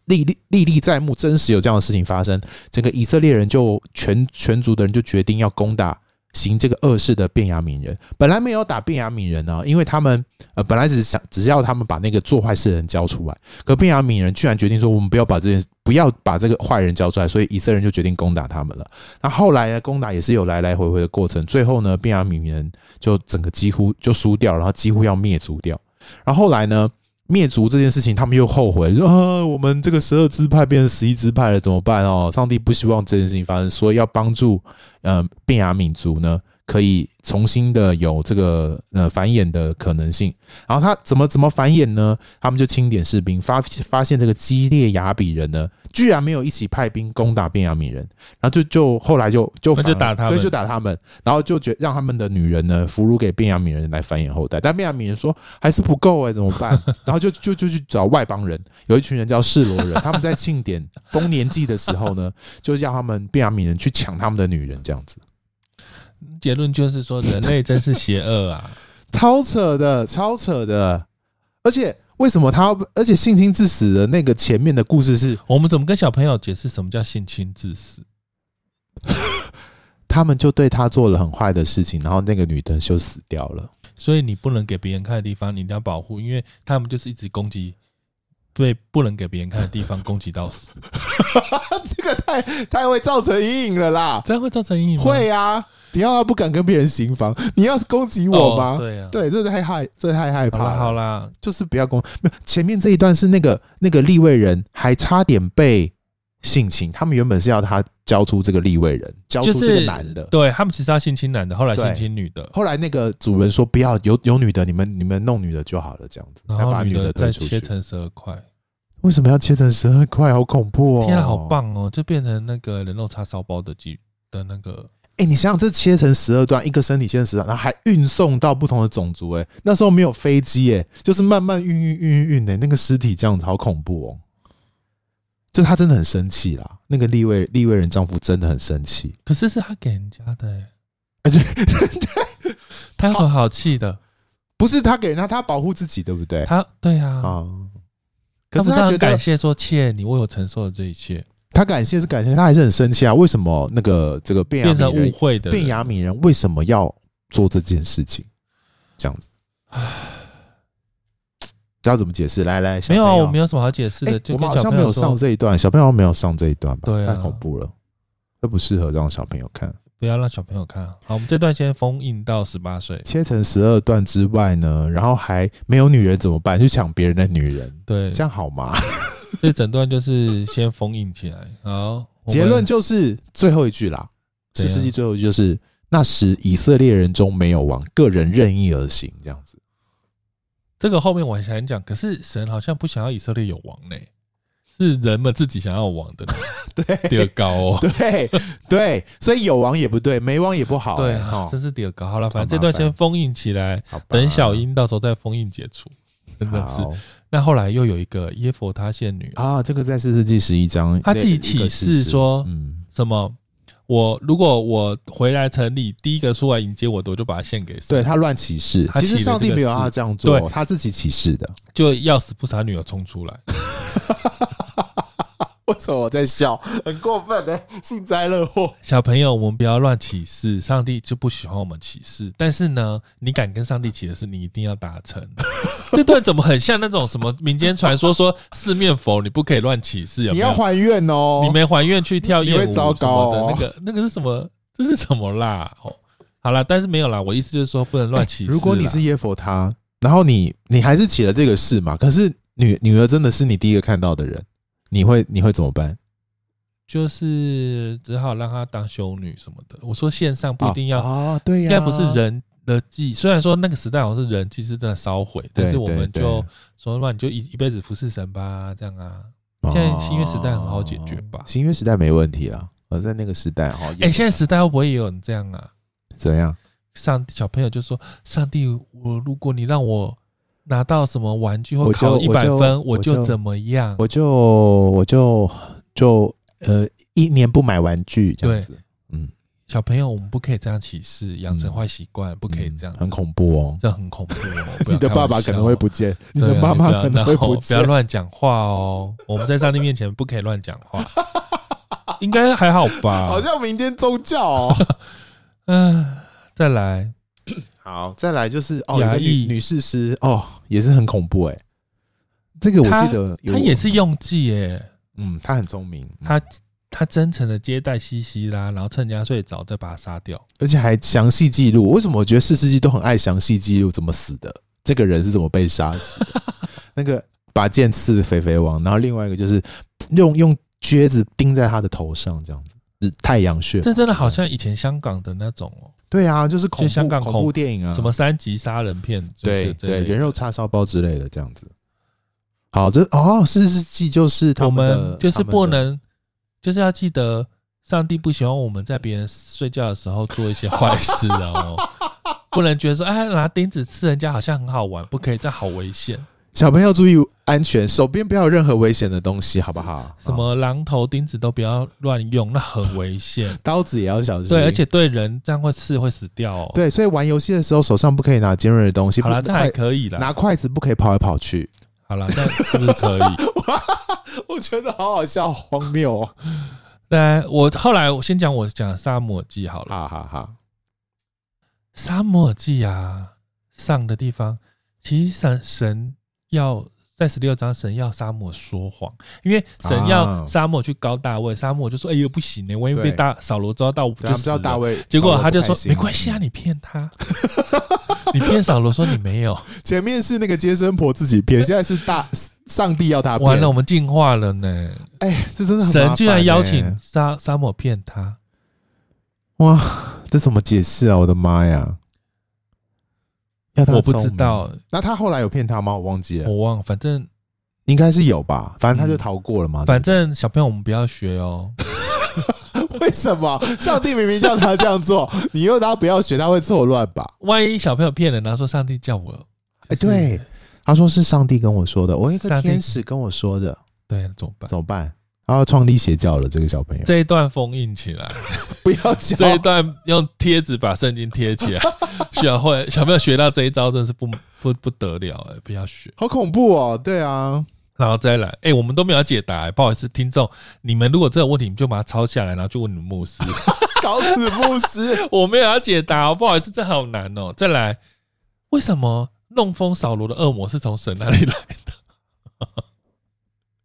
S3: 历历历历在目，真实有这样的事情发生。整个以色列人就全全族的人就决定要攻打。行这个恶事的便雅悯人，呃本来没有打便雅悯人呢、因为他们呃本来只是想只要他们把那个做坏事的人交出来，可便雅悯人居然决定说我们不要把这件不要把这个坏人交出来，所以以色列人就决定攻打他们了。那后来呢，攻打也是有来来回回的过程，最后呢，便雅悯人就整个几乎就输掉，然后几乎要灭族掉。然后后来呢，灭族这件事情，他们又后悔，说、啊、我们这个十二支派变成十一支派了，怎么办哦？上帝不希望这件事情发生，所以要帮助呃便雅悯族呢，可以重新的有这个呃繁衍的可能性。然后他怎么怎么繁衍呢？他们就清点士兵，发发现这个基列雅比人呢，居然没有一起派兵攻打便雅悯人，然后就就后来就就
S1: 那
S3: 反
S1: 就
S3: 而
S1: 打他们
S3: 对，就打他们，然后就觉让他们的女人呢俘虏给便雅悯人来繁衍后代，但便雅悯人说还是不够哎、怎么办？ 然后就就就去找外邦人，有一群人叫示罗人，他们在庆典丰年祭的时候呢，就叫他们便雅悯人去抢他们的女人，这样子。
S1: 结论就是说，人类真是邪恶啊！
S3: 超扯的，超扯的。而且为什么他要？而且性侵致死的那个前面的故事是，
S1: 我们怎么跟小朋友解释什么叫性侵致死？
S3: 他们就对他做了很坏的事情，然后那个女的就死掉了。
S1: 所以你不能给别人看的地方，你一定要保护，因为他们就是一直攻击，对不能给别人看的地方攻击到 死，
S3: 这个太太会造成阴影了啦，
S1: 这样会造成阴影吗？
S3: 会啊！你要他不敢跟别人行房，你要是攻击我吗？
S1: 哦对啊，，
S3: 对，啊这太害，这太害怕
S1: 好啦
S3: 了
S1: 好啦，
S3: 就是不要攻。没有前面这一段是那个那个立位人还差点被性侵，他们原本是要他交出这个立位人，交出
S1: 就是
S3: 这个男的。
S1: 对他们其实要性侵男的，后来
S3: 对
S1: 性侵女的，
S3: 后来那个主人说不要有有女的，你们你们弄女的就好了，这样子，
S1: 然
S3: 他把
S1: 后
S3: 女
S1: 的
S3: 推
S1: 再
S3: 出
S1: 切
S3: 去。
S1: 成十二块，
S3: 为什么要切成十二块？好恐怖哦！
S1: 天啊，好！棒哦，就变成那个人肉叉烧包的鸡的那个，
S3: 哎、你想想，这切成十二段，一个身体切成十段，然后还运送到不同的种族、哎，那时候没有飞机，哎，就是慢慢运运运运运，哎，那个尸体这样子，好恐怖哦！就他真的很生气啦，那个立位立位人丈夫真的很生气，
S1: 可是是他给人家的、欸，
S3: 哎对
S1: 他有什么好气
S3: 哦
S1: 的？
S3: 不是他给人家，他保护自己，对不对？
S1: 他对啊，
S3: 啊，哎可是
S1: 他不
S3: 他觉
S1: 很
S3: 得
S1: 感谢说谢你为我承受了这一切，
S3: 他感谢是感谢，他还是很生气啊！为什么那个这个变
S1: 变成误
S3: 人
S1: 会的人
S3: 变雅米人为什么要做这件事情？这样子，知道怎么解释？来来，小
S1: 没有啊，
S3: 朋友
S1: 我没有什么好解释
S3: 哎
S1: 的，就
S3: 我
S1: 跟
S3: 们好
S1: 小
S3: 像
S1: 朋
S3: 没
S1: 友
S3: 有上
S1: 说
S3: 这一段，小朋友没有上这一段吧？
S1: 对啊
S3: 太恐怖了，这不适合让小朋友看。
S1: 不要让小朋友看啊。好，我们这段先封印到十八岁，
S3: 切成十二段之外呢，然后还没有女人怎么办？去抢别人的女人，
S1: 对，
S3: 这样好吗？
S1: 这整段就是先封印起来。好，我们
S3: 结论就是最后一句啦，
S1: 对
S3: 十
S1: 啊
S3: 世纪最后一句就是那时以色列人中没有王，个人任意而行，这样子。
S1: 这个后面我还想讲，可是神好像不想要以色列有王呢、是人们自己想要有王的，第二
S3: 对
S1: 高哦。
S3: 对对，所以有王也不对，没王也不好、
S1: 对
S3: 哎
S1: 啊，
S3: 齁
S1: 真是第二高。好了，反
S3: 好
S1: 正这段
S3: 麻烦
S1: 先封印起来，
S3: 好吧
S1: 等小英到时候再封印解除。真的是。
S3: 好
S1: 那后来又有一个耶佛他献女，
S3: 啊，这个在四世纪十一章，
S1: 他自己
S3: 那
S1: 启
S3: 一个
S1: 示
S3: 事实
S1: 说
S3: 嗯，
S1: 什么？我如果我回来城里，第一个出来迎接我的，我就把它献给
S3: 对
S1: 谁？
S3: 他乱启示，
S1: 他
S3: 其实
S1: 起了
S3: 上帝
S1: 这个
S3: 没有让
S1: 誓
S3: 他这样做，
S1: 对
S3: 他自己启示的。
S1: 就要死不杀女儿冲出来。
S3: 为什么我在笑？很过分哎、幸灾乐祸。
S1: 小朋友，我们不要乱起誓，上帝就不喜欢我们起誓。但是呢，你敢跟上帝起的誓，你一定要达 成。这段怎么很像那种什么民间传说，说四面佛你不可以乱起誓，有
S3: 你
S1: 没
S3: 要
S1: 有？
S3: 还愿哦，
S1: 你没还愿去跳
S3: 你
S1: 艳
S3: 会
S1: 舞什
S3: 糟
S1: 么
S3: 糕哦
S1: 的，那个那个是什么？这是什么啦？哦，好啦，但是没有啦。我意思就是说，不能乱起誓啦。
S3: 哎如果你是耶佛他，然后你你还是起了这个誓嘛，可是女女儿真的是你第一个看到的人，你会你会怎么办？
S1: 就是只好让她当修女什么的。我说线上不一定要
S3: 啊，对呀，
S1: 应该不是人的记忆，虽然说那个时代好像是人记忆是真的烧毁，但是我们
S3: 对
S1: 就说那你就一一辈子服侍神吧，这样啊。
S3: 哦，
S1: 现在新约时代很好解决吧
S3: 新约时代没问题啦，而在那个时代哈，
S1: 哎、现在时代会不会也有人这样啊？
S3: 怎样？
S1: 上小朋友就说：“上帝，我如果你让我拿到什么玩具或
S3: 我就
S1: 考一百
S3: 我就
S1: 分，
S3: 我
S1: 我
S3: 就
S1: 就怎么样
S3: 我就我就就呃，一年不买玩具这样子，？”
S1: 小朋友，我们不可以这样歧视，养成
S3: 嗯
S1: 坏习惯，不可以这样
S3: 嗯
S1: 子，
S3: 很恐怖哦。
S1: 这很恐怖哦。不
S3: 你
S1: 要
S3: 的
S1: 开
S3: 爸
S1: 玩
S3: 爸可能
S1: 笑
S3: 会不见，你
S1: 对
S3: 的
S1: 啊
S3: 妈妈
S1: 不要
S3: 可能
S1: 然
S3: 会
S1: 后
S3: 不
S1: 要
S3: 见。
S1: 乱讲话哦，我们在上帝面前不可以乱讲话，应该还好吧？
S3: 好像民间宗 教哦。
S1: 嗯，再来，
S3: 好，再来就是哦，有
S1: 牙
S3: 个女
S1: 医
S3: 女士师哦，也是很恐怖哎、这个我
S1: 她
S3: 记得有
S1: 他也是用计耶，
S3: 嗯，她很聪明，嗯
S1: 她他真诚的接待西西啦，然后趁人家睡着再把他杀掉。
S3: 而且还详细记录。为什么我觉得四世纪都很爱详细记录怎么死的？这个人是怎么被杀死 的？那个把剑刺肥肥王，然后另外一个就是用用撅子钉在他的头上，这样子。是太阳穴，
S1: 这真的好像以前香港的那种哦，
S3: 对啊，就是恐怖
S1: 就香港
S3: 恐
S1: 恐
S3: 怖电影啊，
S1: 什么三级杀人片，就是
S3: 对
S1: 这类
S3: 对，人肉叉烧包之类的这样子。好，这哦，四世纪就是他
S1: 我
S3: 们的
S1: 们就是
S3: 他们的
S1: 不能，就是要记得，上帝不喜欢我们在别人睡觉的时候做一些坏事 哦，不能觉得说，哎，拿钉子刺人家好像很好玩，不可以，这好危险。
S3: 小朋友注意安全，手边不要有任何危险的东西，好不好？
S1: 什
S3: 啊。
S1: 么榔头、钉子都不要乱用，那很危险
S3: 刀子也要小心。
S1: 对，而且对人这样会刺会死掉哦。，
S3: 对，所以玩游戏的时候手上不可以拿尖锐的东西，
S1: 好了，
S3: 不
S1: 这还
S3: 筷
S1: 可以
S3: 拿
S1: 啦。
S3: 筷子不可以跑来跑 去。
S1: 好了，那是不是可以？
S3: 我觉得好好笑，荒谬哦！
S1: 对，我后来我先讲我讲沙漠记好了。
S3: 哈哈哈，
S1: 沙漠耳记啊上的地方，其实神神要在十六章，神要沙漠说谎，因为神
S3: 啊
S1: 要沙漠去告大卫，沙漠就说：“哎呦不行呢、万一被
S3: 对
S1: 大扫罗抓到，我
S3: 他
S1: 就
S3: 不知
S1: 死
S3: 道
S1: 了。”
S3: 大卫，
S1: 结果
S3: 扫罗
S1: 他就
S3: 不开
S1: 说：“
S3: 心
S1: 没关系啊，你骗他， 你骗扫罗说你没有，
S3: 前面是那个接生婆自己骗，现在是大上帝要他骗。
S1: 完了，我们进化了呢。
S3: 哎，这真的很麻烦
S1: 神居然邀
S3: 哎
S1: 请沙沙漠骗他，
S3: 哇，这怎么解释啊？我的妈呀！要他
S1: 我不
S3: 送
S1: 知
S3: 吗。
S1: 道，
S3: 那他后来有骗他吗？我忘记了，
S1: 我忘了，反正
S3: 应该是有吧。反正他就
S1: 嗯
S3: 逃过了嘛。
S1: 反正小朋友我们不要学哦。”
S3: 为什么上帝明明叫他这样做， 你又让他不要学，他会错乱吧？
S1: 万一小朋友骗人，然后说上帝叫我，
S3: 哎，
S1: 就是
S3: 对，他说是上帝跟我说的，我一个
S1: 上帝
S3: 天使跟我说的，
S1: 对，怎么办？
S3: 怎么办？然后创立邪教了，这个小朋友
S1: 这一段封印起来，
S3: 不要教，
S1: 这一段用贴纸把圣经贴 起来。小会小朋友学到这一招，真是不不不得了哎、不要学。
S3: 好恐怖哦！对啊，
S1: 然后再来，哎、我们都没有解答、哎不好意思，听众，你们如果这个问题，你们就把它抄下来，然后去问你们牧 师。
S3: 搞死牧师，
S1: 我没有要解答、哦，不好意思，这好难哦。再来，为什么弄风扫罗的恶魔是从神那里来？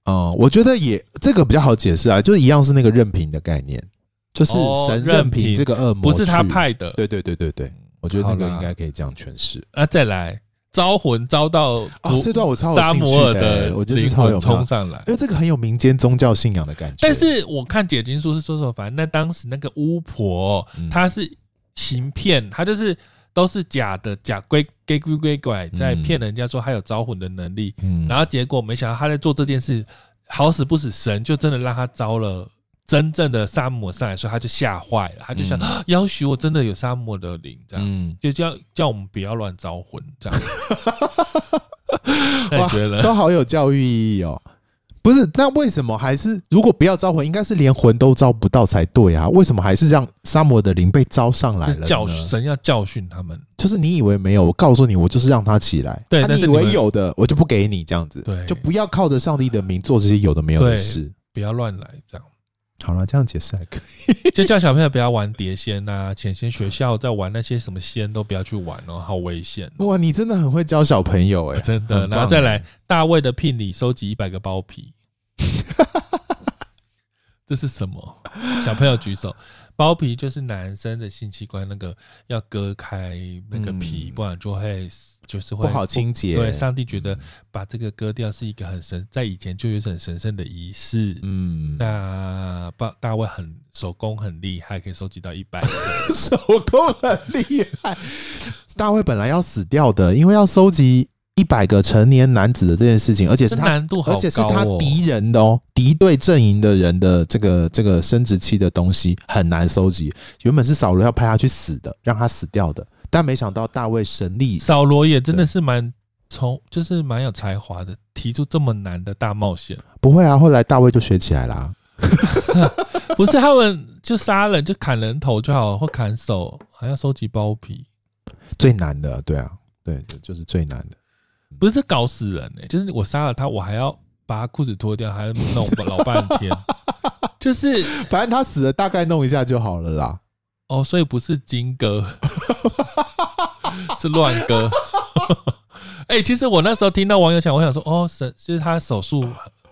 S3: 嗯，我觉得也这个比较好解释啊，就是一样是那个任凭的概念，就是
S1: 哦
S3: 神
S1: 任
S3: 任凭
S1: 凭
S3: 这个恶魔，
S1: 不是他，派的。
S3: 对对对对对，我觉得那个
S1: 好啦
S3: 应该可以这样诠释。
S1: 啊，再来招魂招到
S3: 哦这段我超有
S1: 沙
S3: 兴趣
S1: 摩尔
S3: 的欸
S1: 的
S3: 我觉得
S1: 灵
S3: 超有哎
S1: 魂
S3: 妙
S1: 冲上来
S3: 因。为这个很有民间宗教信仰的感觉，
S1: 但是我看解经书是说什么，反正那当时那个巫婆
S3: 嗯
S1: 她是行骗，她就是都是假的，假鬼鬼鬼鬼拐在
S3: 嗯
S1: 骗人家说她有招魂的能力，
S3: 嗯
S1: 然后结果没想到她在做这件事，好死不死神就真的让她招了。真正的沙漠上来，所以她就吓坏了，她就想、
S3: 嗯
S1: 要许我真的有沙漠的灵，这样、
S3: 嗯，
S1: 就叫叫我们不要乱招魂，这 样。那你觉得呢？
S3: 都好有教育意义哦。不是，那为什么还是如果不要招魂，应该是连魂都招不到才对啊？为什么还是让沙漠的灵被招上来
S1: 就
S3: 了
S1: 是
S3: 呢？
S1: 教神要教训他们，
S3: 就是你以为没有，我告诉你，我就是让它起来。
S1: 对
S3: 啊
S1: 但
S3: 你以
S1: 是你
S3: 为
S1: 们
S3: 有的，我就不给你这样子。
S1: 对
S3: 就不要靠着上帝的名做这些有的没有的
S1: 对
S3: 事。
S1: 不不要乱来，这样
S3: 好了，这样解释还可以。
S1: 就叫小朋友不要玩碟仙呐、浅仙学校在玩那些什么仙都不要去玩哦，好危险哦、
S3: 哇，你真的很会教小朋友哎、
S1: 真的。
S3: 很棒
S1: 然后再来大卫的聘礼，收集一百个包皮，这是什么？小朋友举手。包皮就是男生的性器官，那个要割开那个皮，
S3: 嗯
S1: 不然就会就是会
S3: 不好清洁
S1: 对，上帝觉得把这个割掉是一个很神，在以前就有一种很神圣的仪式。
S3: 嗯，
S1: 那大大卫很手工很厉害，可以收集到一百
S3: 手工很厉害。大卫本来要死掉的，因为要收集一百个成年男子的这件事情，而且是
S1: 这
S3: 他，
S1: 难度好
S3: 而
S1: 高、哦，
S3: 且是他敌人的哦，敌对阵营的人的这个这个生殖器的东西很难收集。原本是扫罗要派他去死的，让他死掉的，但没想到大卫神力
S1: 扫罗也真的是蛮从，就是蛮有才华的，提出这么难的大冒 险。
S3: 不会啊，后来大卫就学起来啦、
S1: 不是他们就杀人就砍人头就好，或砍手，还要收集包皮，
S3: 最难的，对啊，对，就是最难的。
S1: 不是这搞死人呢、就是我杀了他，我还要把他裤子脱掉，还要弄老半 天，就是
S3: 反正他死了，大概弄一下就好了啦。
S1: 哦，所以不是金歌，是乱歌。哎、其实我那时候听到网友讲，我想说，哦，神就是他手术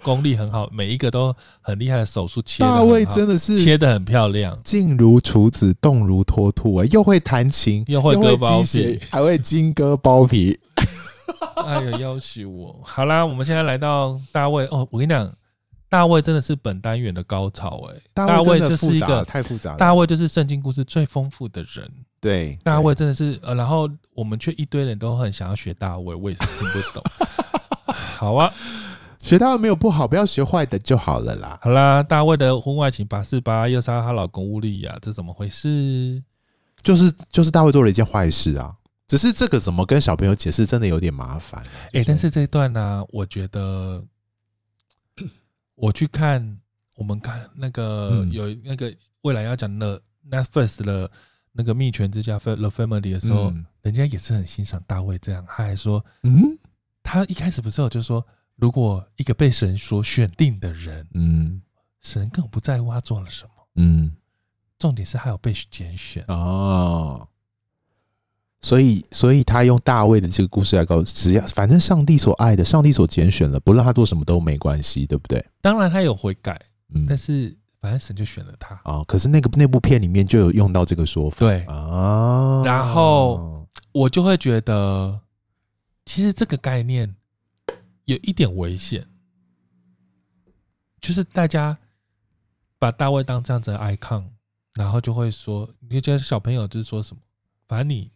S1: 功力很好，每一个都很厉害的手术切得很好。
S3: 大卫真的是
S1: 切的很漂亮，
S3: 静如处子，动如脱兔、欸，又会弹琴，
S1: 又会割包皮
S3: 又会鸡血还会金割包皮。
S1: 哎呦，要死我！好啦，我们现在来到大卫哦，我跟你讲，大卫真的是本单元的高潮哎、大卫
S3: 真
S1: 就是
S3: 的复
S1: 一
S3: 杂了，
S1: 个
S3: 太复杂了。
S1: 大卫就是圣经故事最丰富的人，
S3: 对
S1: 大卫真的是，呃，然后我们却一堆人都很想要学大卫，我也是听不 懂。好啊，
S3: 对学大卫没有不好，不要学坏的就好了啦。
S1: 好啦，大卫的婚外情八四八又杀她老公乌利亚，这怎么回事？
S3: 就是就是大卫做了一件坏事啊，只是这个怎么跟小朋友解释，真的有点麻烦。啊
S1: 哎、
S3: 就
S1: 但是这一段呢、啊我觉得我去看，我们看那个、
S3: 嗯
S1: 有那个未来要讲的 Netflix 的那个《蜜泉之家》The Family 的时候，
S3: 嗯
S1: 人家也是很欣赏大卫这样，他还说
S3: 嗯
S1: 他一开始不是有就说，如果一个被神所选定的人，
S3: 嗯
S1: 神更不在乎他做了什么，
S3: 嗯
S1: 重点是他有被拣选。
S3: 哦。所以，所以他用大卫的这个故事来告诉，只要反正上帝所爱的，上帝所拣选了，不论他做什么都没关系，对不对？
S1: 当然他有悔改，
S3: 嗯，
S1: 但是反正神就选了他。
S3: 啊、可是那个那部片里面就有用到这个说法
S1: 对，
S3: 啊。
S1: 然后我就会觉得，其实这个概念有一点危险，就是大家把大卫当这样子的 icon，然后就会说，你就觉得小朋友就是说什么，反正你，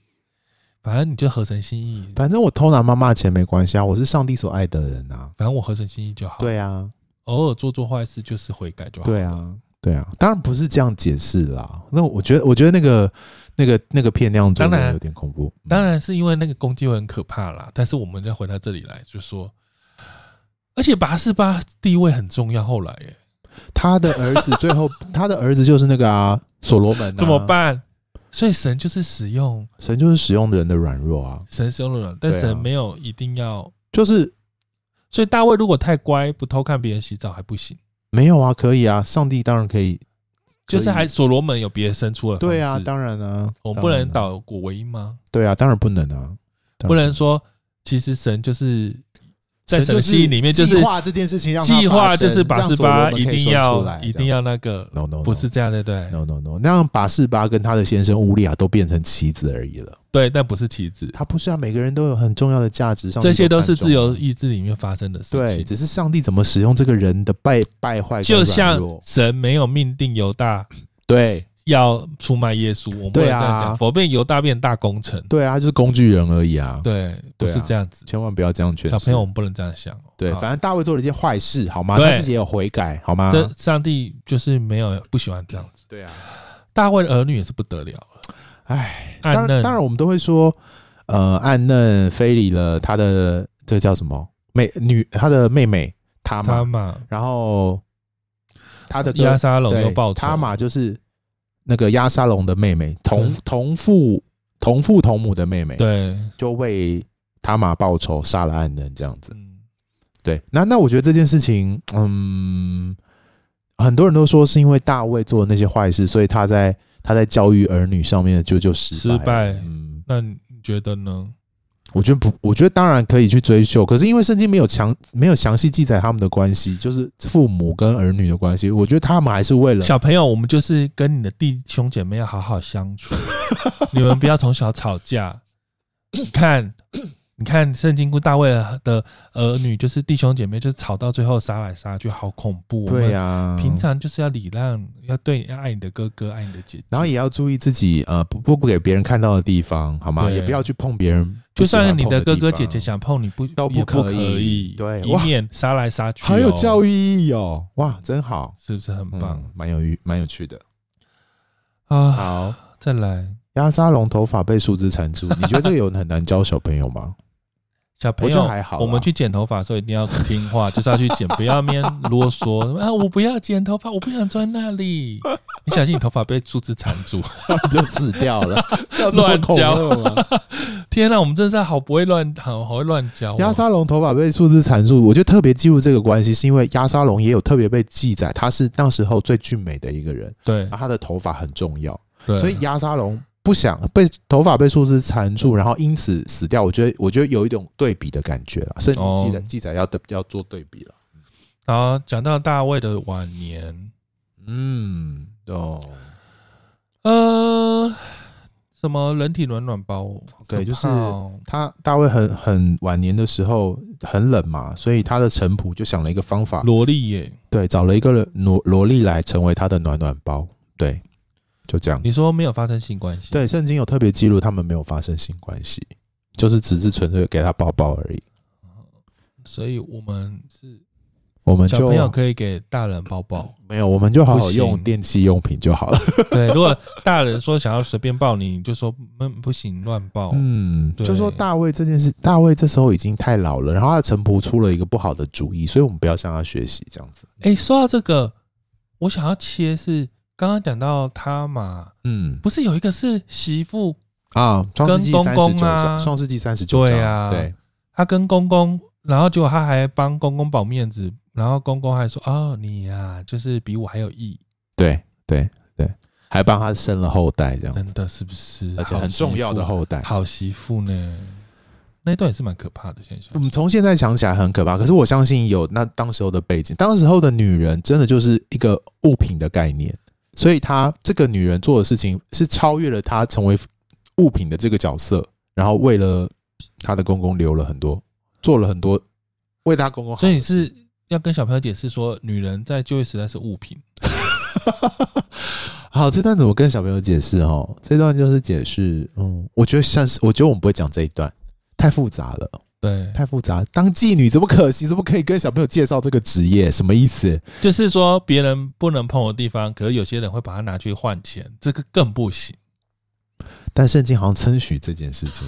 S1: 反正你就合成心意，
S3: 反正我偷拿妈妈的钱没关系啊，我是上帝所爱的人啊。
S1: 反正我合成心意就好。，
S3: 对啊，
S1: 偶尔做做坏事就是悔改就好。
S3: 对，啊，对啊，当然不是这样解释啦。那我觉得，我觉得那个那个那个片那样做
S1: 当然
S3: 的有点恐怖。嗯
S1: 当然是因为那个攻击会很可怕啦。但是我们再回到这里来，就说，而且拔四八地位很重要，后来耶。
S3: 嗯，他的儿子 最后，他的儿子就是那个啊，所罗门、啊。
S1: 怎么？办？所以神就是使用
S3: 神就是使用人的软弱啊，
S1: 神使用了人，但
S3: 对啊
S1: 神没有一定要。
S3: 就是
S1: 所以大卫如果太乖，不偷看别人洗澡还不行，
S3: 没有啊，可以啊，上帝当然可以。
S1: 就
S3: 可以
S1: 是还所罗门有别的生出了方式。
S3: 对啊，当然啊，
S1: 我们不能
S3: 当然啊。
S1: 倒果为因吗？
S3: 对啊，当然不能啊，当然
S1: 不能说其实神就是在
S3: 神
S1: 神
S3: 就
S1: 的
S3: 是
S1: 记忆里面就是
S3: 计划这件事情让它
S1: 计划，就是
S3: 发
S1: 把十
S3: 生让所罗
S1: 八
S3: 门
S1: 一
S3: 可以
S1: 定
S3: 说出来
S1: 要
S3: 这样
S1: 一定要那个，
S3: no no，no
S1: 不是这样对不对？
S3: no no no，那样把示巴跟他的先生乌利亚都变成棋子而已了。
S1: 对，但不是棋子，
S3: 他不是啊，每个人都有很重要的价值，上帝
S1: 这些都是
S3: 看重啊
S1: 自由意志里面发生的事
S3: 对，
S1: 情。
S3: 只是上帝怎么使用这个人的败败坏跟
S1: 就
S3: 软
S1: 像
S3: 弱
S1: 神没有命定犹大
S3: 对
S1: 要出卖耶稣，我们不能
S3: 对
S1: 这
S3: 啊
S1: 样讲，否变犹大变大功臣。
S3: 对啊，他就是工具人而已啊。，
S1: 对，不
S3: 对啊
S1: 是这样子，
S3: 千万不要这样劝
S1: 小
S3: 说
S1: 朋友，我。们不能这样想哦。
S3: 对，
S1: 好
S3: 反正大卫做了一件坏事，好吗？
S1: 对
S3: 他自己也有悔改，好吗？
S1: 这上帝就是没有不喜欢这样子。
S3: 对啊，
S1: 大卫的儿女也是不得了了，
S3: 哎，
S1: 暗
S3: 当然，
S1: 嫩
S3: 当然，我们都会说，呃，暗嫩非礼了他的这个叫什么妹女，他的妹妹塔玛
S1: 他，嘛，
S3: 然后他的哥
S1: 亚沙龙
S3: 对
S1: 又报仇，
S3: 他嘛就是那个亚沙龙的妹妹，同
S1: 对
S3: 同父同父同母的妹妹，，
S1: 对，
S3: 就为他玛报仇，杀了暗人这样子。
S1: 嗯，
S3: 对，那那我觉得这件事情，嗯，很多人都说是因为大卫做的那些坏事，所以他在他在教育儿女上面就就失败了
S1: 失败
S3: 嗯，
S1: 那你觉得呢？
S3: 我觉得不，我觉得当然可以去追究，可是因为圣经没有强没有详细记载他们的关系，就是父母跟儿女的关系，我觉得他们还是为了
S1: 小朋友，我们就是跟你的弟兄姐妹要好好相 处，你们不要从小吵架。你看，你看圣经故大卫的儿女，就是弟兄姐妹，就是吵到最后杀来杀去，好恐怖。
S3: 对呀、
S1: 我们平常就是要礼让，要对要爱你的哥哥，爱你的姐姐。
S3: 然后也要注意自己呃不不不给别人看到的地方，好吗？
S1: 对
S3: 也不要去碰别人不
S1: 就
S3: 喜欢碰
S1: 算你
S3: 地方，
S1: 的哥哥姐姐想碰你不，
S3: 都不
S1: 也不
S3: 可
S1: 可
S3: 以对
S1: 以
S3: 哇
S1: 免杀来杀去、
S3: 还有教
S1: 育，
S3: 育意义哦，哇，真好，
S1: 是不是很棒
S3: 嗯，蛮有趣，蛮有趣的。
S1: 啊？
S3: 嗯好，
S1: 再来，
S3: 压沙龙头发被树枝缠住，你觉得这个有很难教小朋友吗？
S1: 小朋
S3: 我觉
S1: 友
S3: 得还好啦
S1: 我们去剪头发的时候一定要听话，就是要去 剪，不要面啰嗦啊！我不要剪头发，我不想钻那里。你小心你头发被树枝缠住。
S3: 你就死掉了，要这么
S1: 乱
S3: 恐
S1: 教
S3: 吓吗？
S1: 天哪、我们真的是好不会乱，好好会乱教、哦。
S3: 压沙龙头发被树枝缠住，我就特别记住这个关系，是因为压沙龙也有特别被记载，他是那时候最俊美的一个人，
S1: 对
S3: 啊他的头发很重要。
S1: 对，
S3: 所以压沙龙不想被头发被树枝缠住，然后因此死掉。我觉得，我觉得有一种对比的感觉了。圣经记载
S1: 哦
S3: 记载要要做对比了。
S1: 然后讲到大卫的晚年，
S3: 嗯，哦，
S1: 呃，什么人体暖暖包，好可
S3: 对就是
S1: 怕哦
S3: 他大卫很很晚年的时候很冷嘛，所以他的臣仆就想了一个方法，
S1: 萝莉耶。
S3: 对，找了一个萝萝莉来成为他的暖暖包。对，就这样。
S1: 你说没有发生性关系？
S3: 对，圣经有特别记录，他们没有发生性关系，就是只是纯粹给他抱抱而已。
S1: 所以我们是
S3: 我们
S1: 小
S3: 就
S1: 朋友可以给大人抱抱。
S3: 没有，我们就好
S1: 不
S3: 好
S1: 行
S3: 用电器用品就好了。
S1: 对，如果大人说想要随便抱你，你就说嗯不行，乱抱。
S3: 嗯，
S1: 对
S3: 就说大卫这件事，大卫这时候已经太老了，然后他的臣仆出了一个不好的主意，所以我们不要向他学习这样子。
S1: 哎、说到这个，我想要切是刚刚讲到他嘛，
S3: 嗯，
S1: 不是有一个是媳妇，
S3: 啊，创世纪
S1: 跟
S3: 三
S1: 公
S3: 十
S1: 公
S3: 九
S1: 啊
S3: 章，创世纪三十九章，
S1: 对啊
S3: 对，
S1: 她跟公公，然后结果她还帮公公保面子，然后公公还说哦你呀、就是比我还有意，
S3: 对，对，对，还帮他生了后代这样
S1: 真
S3: 子，
S1: 的是不是？
S3: 而且
S1: 好
S3: 很
S1: 媳
S3: 重要的
S1: 妇
S3: 后代。
S1: 好媳妇呢，那一段也是蛮可怕的现象
S3: 我。们嗯从现在想起来很可怕，可是我相信有那当时候的背景，当时候的女人真的就是一个物品的概念，所以她这个女人做的事情是超越了她成为物品的这个角色，然后为了她的公公留了很多，做了很多为她公公好的
S1: 所以你
S3: 事
S1: 是要跟小朋友解释说，女人在就业时代是物品。
S3: 好，这段怎么跟小朋友解释哦？这段就是解释，嗯，我觉得像是，我觉得我们不会讲这一段，太复杂了。
S1: 对，
S3: 太复杂，当妓女怎么可惜？怎么可以跟小朋友介绍这个职业？什么意思？
S1: 就是说别人不能碰的地方，可是有些人会把它拿去换钱，这个更不行。
S3: 但圣经好像称许这件事 情，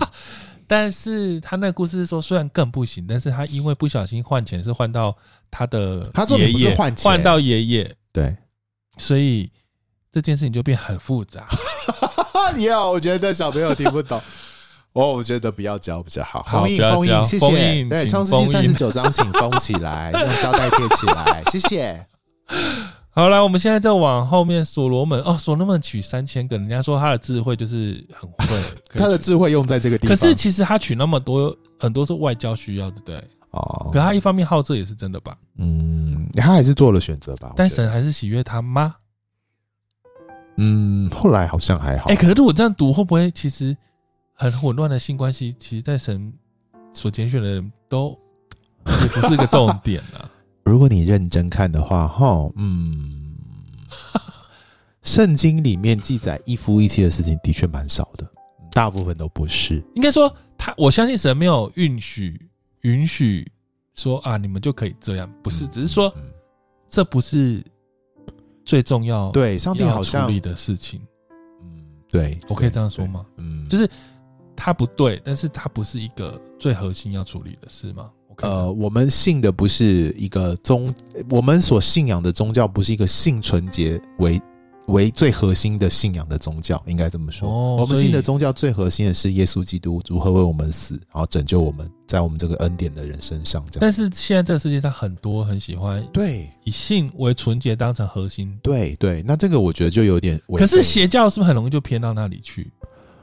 S1: 但是他那个故事是说，虽然更不行，但是他因为不小心换钱是换到他的
S3: 他重
S1: 爷
S3: 点不是
S1: 爷，
S3: 换钱
S1: 换到爷爷，
S3: 对。
S1: 所以这件事情就变很复杂。
S3: 啊你好，我觉得小朋友听不 懂。哦，我觉得不要教比较好。
S1: 好
S3: 封印，
S1: 不要
S3: 封
S1: 教
S3: 印，谢
S1: 封
S3: 谢。
S1: 印
S3: 对，
S1: 请
S3: 创世纪
S1: 封
S3: 三十
S1: 印
S3: 九章，请封起来， 用胶带贴起来，谢 谢。
S1: 好了，我们现在再往后面，所罗门哦，所罗门娶三千个，人家说他的智慧就是很会，可以
S3: 他的智慧用在这个地
S1: 可
S3: 方。
S1: 是其实他娶那么多，很多是外交需要，对不对？
S3: 哦
S1: 可，他一方面好这也是真的吧？
S3: 嗯，他还是做了选择吧。我
S1: 但
S3: 觉得
S1: 神还是喜悦他吗？
S3: 嗯，后来好像还好。
S1: 哎、可是如果这样读，会不会其实很混乱的性关系，其实在神所拣选的人都也不是个重点啊？
S3: 如果你认真看的话，哈， 嗯，圣经里面记载一夫一妻的事情的确蛮少的，大部分都不是。
S1: 应该说他，我相信神没有允许允许说啊，你们就可以这样，不是，
S3: 嗯
S1: 只是说
S3: 嗯
S1: 这不是最重要
S3: 对上帝
S1: 哦要
S3: 好
S1: 处
S3: 像
S1: 理，的事情。
S3: 嗯，对，
S1: 我可以
S3: 对
S1: 这样说？吗？
S3: 对嗯，
S1: 就是是它不对，但是它不是一个最核心要处理的事吗？OK，
S3: 呃，我们信的不是一个宗，我们所信仰的宗教不是一个性纯洁为为最核心的信仰的宗教，应该这么说。
S1: 哦
S3: 我们
S1: 所以
S3: 信的宗教最核心的是耶稣基督如何为我们死，然后拯救我们，在我们这个恩典的人身上，这样。
S1: 但是现在这个世界上很多很喜欢
S3: 对
S1: 以性为纯洁当成核心，
S3: 对对，那这个我觉得就有点违
S1: 可
S3: 背
S1: 是
S3: 了
S1: 邪教是不是很容易就偏到那里去？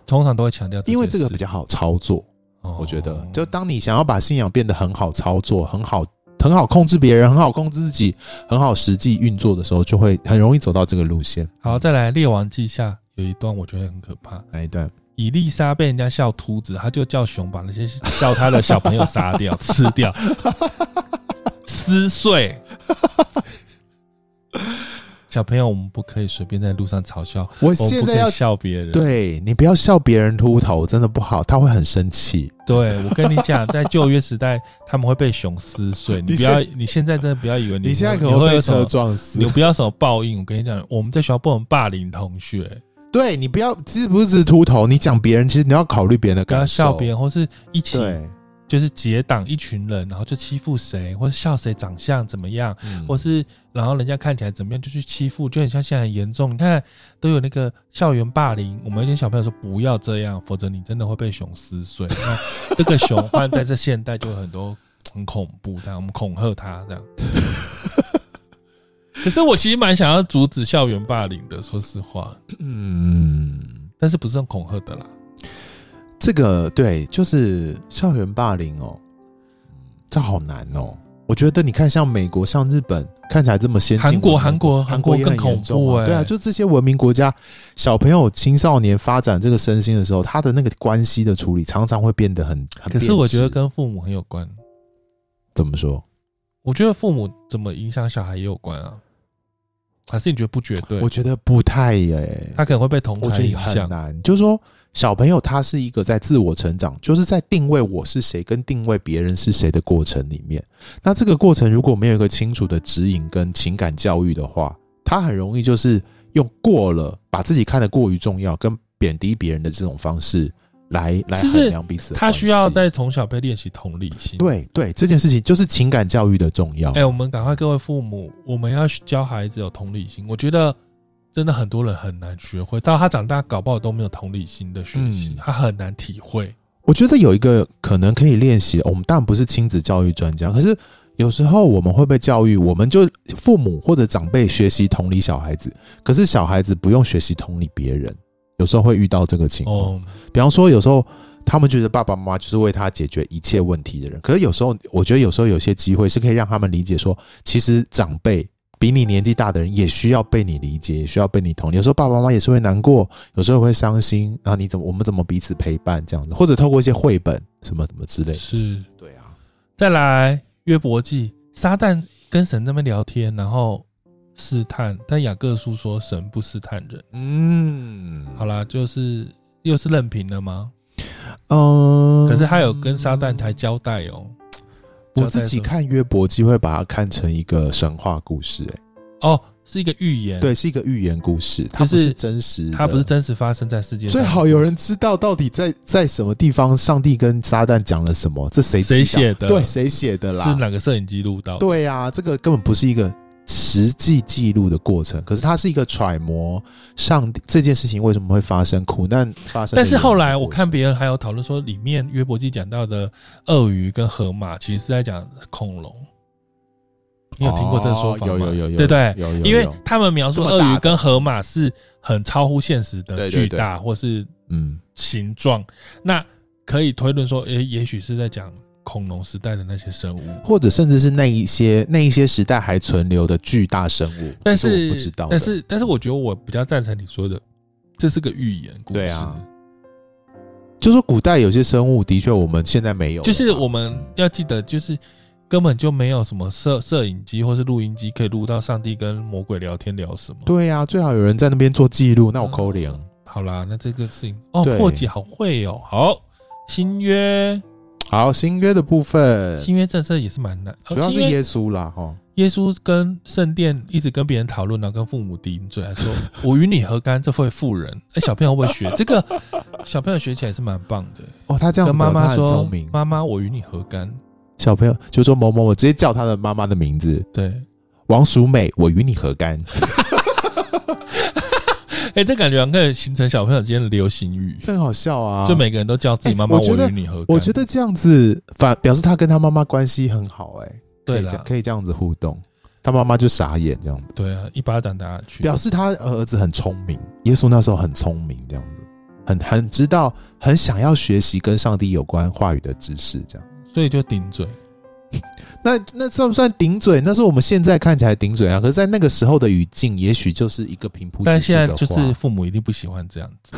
S1: 通常都会强调件事，
S3: 因为这个比较好操作，
S1: 哦，
S3: 我觉得，就当你想要把信仰变得很好操作、很好、很好控制别人、很好控制自己、很好实际运作的时候，就会很容易走到这个路线。
S1: 好。再来《列王记下》有一段我觉得很可怕，
S3: 哪一段？
S1: 以丽莎被人家笑秃子，她就叫熊把那些笑她的小朋友杀掉、吃 掉、撕碎。小朋友，我们不可以随便在路上嘲笑，我
S3: 我
S1: 们
S3: 呃现
S1: 不
S3: 在
S1: 可
S3: 要
S1: 以笑别人。
S3: 对你不要笑别人秃头，真的不好，他会很生气。
S1: 对，我跟你讲，在旧约时代，他们会被熊撕碎。你
S3: 你
S1: 不
S3: 现
S1: 要，你现在真的不要以为你
S3: 你现在可
S1: 你
S3: 能
S1: 会
S3: 被
S1: 有什
S3: 车
S1: 么，
S3: 撞死
S1: 你。不要什么报应。我跟你讲，我们在学校不能霸凌同学，
S3: 对你不要，其实不是只是秃头，你讲别人，其实你要考虑别人的
S1: 不
S3: 感
S1: 要
S3: 受。
S1: 笑别人，或是一起
S3: 对，
S1: 就是结党一群人，然后就欺负谁，或是笑谁长相怎么样，
S3: 嗯
S1: 或是然后人家看起来怎么样就去欺负，就很像现在很严重。你看都有那个校园霸凌，我们有些小朋友说不要这样，否则你真的会被熊撕碎。那这个熊换在这现代就有很多很恐怖，但我们恐吓他 这样。可是我其实蛮想要阻止校园霸凌的，说实话，
S3: 嗯，
S1: 但是不是很恐吓的啦。
S3: 这个对，就是校园霸凌哦，这好难哦。我觉得你看，像美国、像日本，看起来这么先进，
S1: 韩国
S3: 我们
S1: 韩国
S3: 韩国
S1: 韩国
S3: 也很
S1: 更恐
S3: 严重啊
S1: 怖哎
S3: 对啊，就这些文明国家，小朋友、青少年发展这个身心的时候，他的那个关系的处理常常会变得很很。
S1: 可是我觉得跟父母很有关，
S3: 怎么说？
S1: 我觉得父母怎么影响小孩也有关啊。还是你觉得不绝对
S3: 我？觉得不太耶、
S1: 他可能会被同
S3: 我
S1: 才
S3: 觉得
S1: 影
S3: 很
S1: 响。
S3: 难。就是说，小朋友他是一个在自我成长，就是在定位我是谁跟定位别人是谁的过程里面。那这个过程如果没有一个清楚的指引跟情感教育的话，他很容易就是用过了把自己看得过于重要，跟贬低别人的这种方式来来
S1: 是不是
S3: 衡量彼此的
S1: 他
S3: 关系。
S1: 需要在从小被练习同理心。，
S3: 对啊对这件事情，就是情感教育的重要。
S1: 哎、我们赶快各位父母，我们要教孩子有同理心。我觉得真的很多人很难学会，到他长大搞不好都没有同理心的学习，
S3: 嗯
S1: 他很难体会。
S3: 我觉得有一个可能可以练习，我们当然不是亲子教育专家，可是有时候我们会被教育，我们就父母或者长辈学习同理小孩子，可是小孩子不用学习同理别人，有时候会遇到这个情况。
S1: 哦，
S3: 比方说，有时候他们觉得爸爸妈妈就是为他解决一切问题的人，可是有时候我觉得有时候有些机会是可以让他们理解说，其实长辈。比你年纪大的人也需要被你理解，也需要被你同理。有时候爸爸妈妈也是会难过，有时候也会伤心，然后你怎么我们怎么彼此陪伴这样子，或者透过一些绘本什么什么之类的。
S1: 是。
S3: 对啊，
S1: 再来约伯记，撒旦跟神那边聊天，然后试探，但雅各书说神不试探人。
S3: 嗯，
S1: 好啦，就是又是任凭了吗？
S3: 嗯，
S1: 可是他有跟撒旦还交代哦、
S3: 我
S1: 交代
S3: 自己
S1: 说
S3: 看约伯记会把它看成一个神话故事、欸，
S1: 哦，是一个预言，，
S3: 对，是一个寓言故事，它
S1: 就
S3: 不
S1: 是
S3: 是真实的，
S1: 它不是真实发生在世界上
S3: 最
S1: 的
S3: 好有人知道到底在在什么地方，上帝跟撒旦讲了什么，这谁
S1: 谁
S3: 知道
S1: 写的？
S3: 对，谁写的
S1: 是
S3: 啦？
S1: 哪个摄影机录到？，
S3: 对呀、这个根本不是一个实际记录的过程，可是它是一个揣摩上帝这件事情为什么会发生，苦难发生的
S1: 但
S3: 原因的过程。
S1: 是后来我看别人还有讨论说，里面约伯记讲到的鳄鱼跟河马，其实是在讲恐龙。你有听过这个说法吗？
S3: 哦有有有有，
S1: 对不对？
S3: 有有有，
S1: 因为
S3: 有
S1: 他们描述
S3: 这么
S1: 鳄
S3: 大
S1: 鱼
S3: 的
S1: 跟河马是很超乎现实的
S3: 对对
S1: 巨
S3: 对
S1: 大，或是
S3: 嗯，
S1: 形状，那可以推论说，也也许是在讲恐龙时代的那些生物。
S3: 或者甚至是那一些那一些时代还存留的巨大生物，
S1: 但
S3: 这
S1: 是
S3: 我不知道的，
S1: 但是但是我觉得我比较赞成你说的，这是个寓言故事。
S3: 对啊。就说古代有些生物的确，我们现在没有了嘛，
S1: 就是我们要记得，就是根本就没有什么摄摄影机或是录音机可以录到上帝跟魔鬼聊天聊什么。
S3: 对呀、最好有人在那边做记录，
S1: 嗯
S3: 那我扣零。
S1: 好啦，那这个事情哦，
S3: 对
S1: 破解好会哦。好，新约
S3: 好，新约的部分
S1: 新约政策也是蛮难，呃
S3: 主要是
S1: 新约
S3: 耶稣啦，哈，
S1: 耶稣跟圣殿一直跟别人讨论，然后跟父母顶嘴，还说 “我与你何干”，这会妇人。哎、小朋友会学 这个，小朋友学起来是蛮棒的。
S3: 哦，他这样
S1: 跟
S3: 子
S1: 妈
S3: 他
S1: 妈
S3: 很
S1: 说
S3: 聪明：“，
S1: 妈妈，我与你何干
S3: 小朋友就说某某，我直接叫他的妈妈的名字？”，
S1: 对，
S3: 王淑美，我与你何干？
S1: 哎，这感觉好像可以形成小朋友间的流行语，
S3: 这很好笑啊！
S1: 就每个人都叫自己妈妈，
S3: 哎我觉得
S1: 与你何干？
S3: 我觉得这样子反表示他跟他妈妈关系很好、哎，
S1: 对
S3: 可以这样
S1: 了，
S3: 可以这样子互动，他妈妈就傻眼这样子，
S1: 对啊，一巴掌打下去，
S3: 表示他儿子很聪明，耶稣那时候很聪明这样子，很很知道，很想要学习跟上帝有关话语的知识这样。
S1: 所以就顶嘴。
S3: 那那算不算顶嘴？那是我们现在看起来顶嘴啊，可是，在那个时候的语境，也许就是一个平铺直叙的
S1: 但
S3: 话。
S1: 现在就是父母一定不喜欢这样子。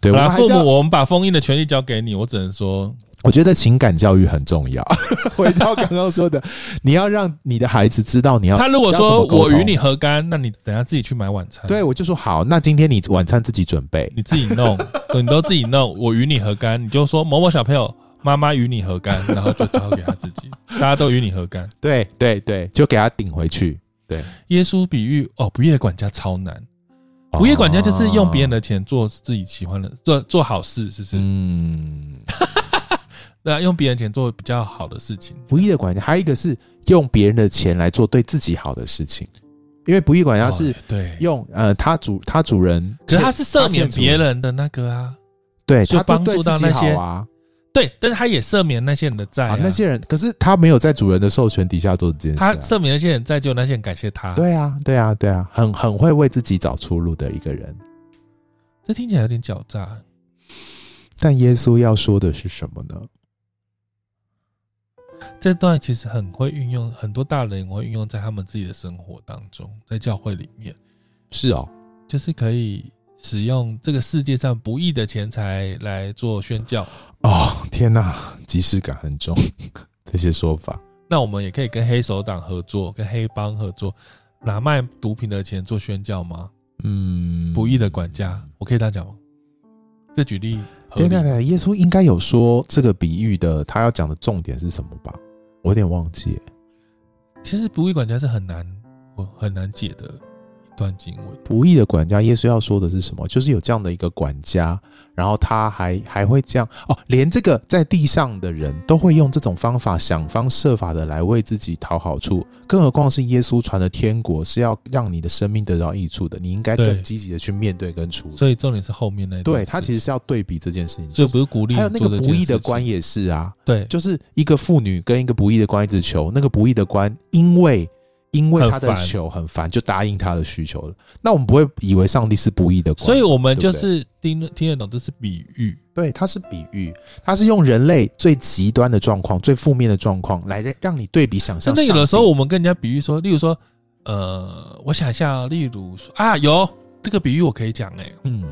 S3: 对，我
S1: 好啦
S3: 们还
S1: 啊父
S3: 是
S1: 母，
S3: 要
S1: 我们把封印的权利交给你。我只能说，
S3: 我觉得情感教育很重要。 回到刚刚说的，你要让你的孩子知道你要
S1: 他如果
S3: 要怎
S1: 说
S3: 么沟
S1: 我
S3: 通
S1: 与你何干，那你等下自己去买晚餐，
S3: 对，我啊就说好，那今天你晚餐自己准备。
S1: 你自己 弄，对你都自己弄，我与你何干？你就说某某小朋友妈妈与你何干，然后就交给他自 己，大家都与你何干。
S3: 对对对，就给他顶回去。对，
S1: 耶稣比喻哦，不义的管家超难，
S3: 啊
S1: 不义的管家就是用别人的钱做自己喜欢的，做做好事，是不是？
S3: 哦嗯，
S1: 对啊，用别人钱做比较好的事情。
S3: 不义的管家，还有一个是用别人的钱来做对自己好的事情，因为不义管家是
S1: 哦对，
S3: 用呃，他主他主人，
S1: 可是他是赦免
S3: 欠主
S1: 别人的那个啊。
S3: 对
S1: 就
S3: 他
S1: 帮
S3: 都对
S1: 助
S3: 自
S1: 到
S3: 己
S1: 那
S3: 好
S1: 些
S3: 啊
S1: 对，但是他也赦免那些人的债、啊
S3: 啊，那些人，可是他没有在主人的授权底下做这件事、
S1: 他
S3: 啊。
S1: 赦免那些人债，就那些人感谢他。，
S3: 对啊，对啊，对啊，很很会为自己找出路的一个人。
S1: 这听起来有点狡诈。
S3: 但耶稣要说的是什么呢？
S1: 这段其实很会运用，很多大人会运用在他们自己的生活当中，在教会里面，
S3: 是哦，
S1: 就是可以使用这个世界上不义的钱财来做宣教。
S3: 哦，天哪，即视感很重，这些说法。
S1: 那我们也可以跟黑手党合作，跟黑帮合作，拿卖毒品的钱做宣教吗？
S3: 嗯，
S1: 不义的管家，我可以这样讲吗？这举例合
S3: 对
S1: 理
S3: 对对，耶稣应该有说这个比喻的，他要讲的重点是什么吧？我有点忘记耶。
S1: 其实不义管家是很难，我很难解的一段经文。
S3: 不义的管家，耶稣要说的是什么？就是有这样的一个管家，然后他还还会这样哦，连这个在地上的人都会用这种方法想方设法的来为自己讨好处，更何况是耶稣传的天国是要让你的生命得到益处的，你应该更
S1: 对
S3: 积极的去面对跟处理。
S1: 所以重点是后面那一段
S3: 对他其
S1: 实
S3: 实是要对比这件事情，
S1: 所以不是鼓励
S3: 还有那
S1: 做
S3: 个
S1: 这件
S3: 不义的
S1: 事情
S3: 官也是啊，
S1: 对，
S3: 就是一个妇女跟一个不义的官一直求，那个不义的官因为因为他的
S1: 很烦
S3: 求很烦，就答应他的需求了。那我们不会以为上帝是不义的官，
S1: 所以我们
S3: 对
S1: 就
S3: 不对
S1: 是听得听得懂，这是比喻。
S3: 对他是比喻，他是用人类最极端的状况、最负面的状况来让让你对比想象
S1: 真
S3: 上
S1: 的
S3: 帝。
S1: 有的时候我们跟人家比喻说，例如说，呃，我想一下哦，例如说啊，有这个比喻我可以讲哎、
S3: 嗯，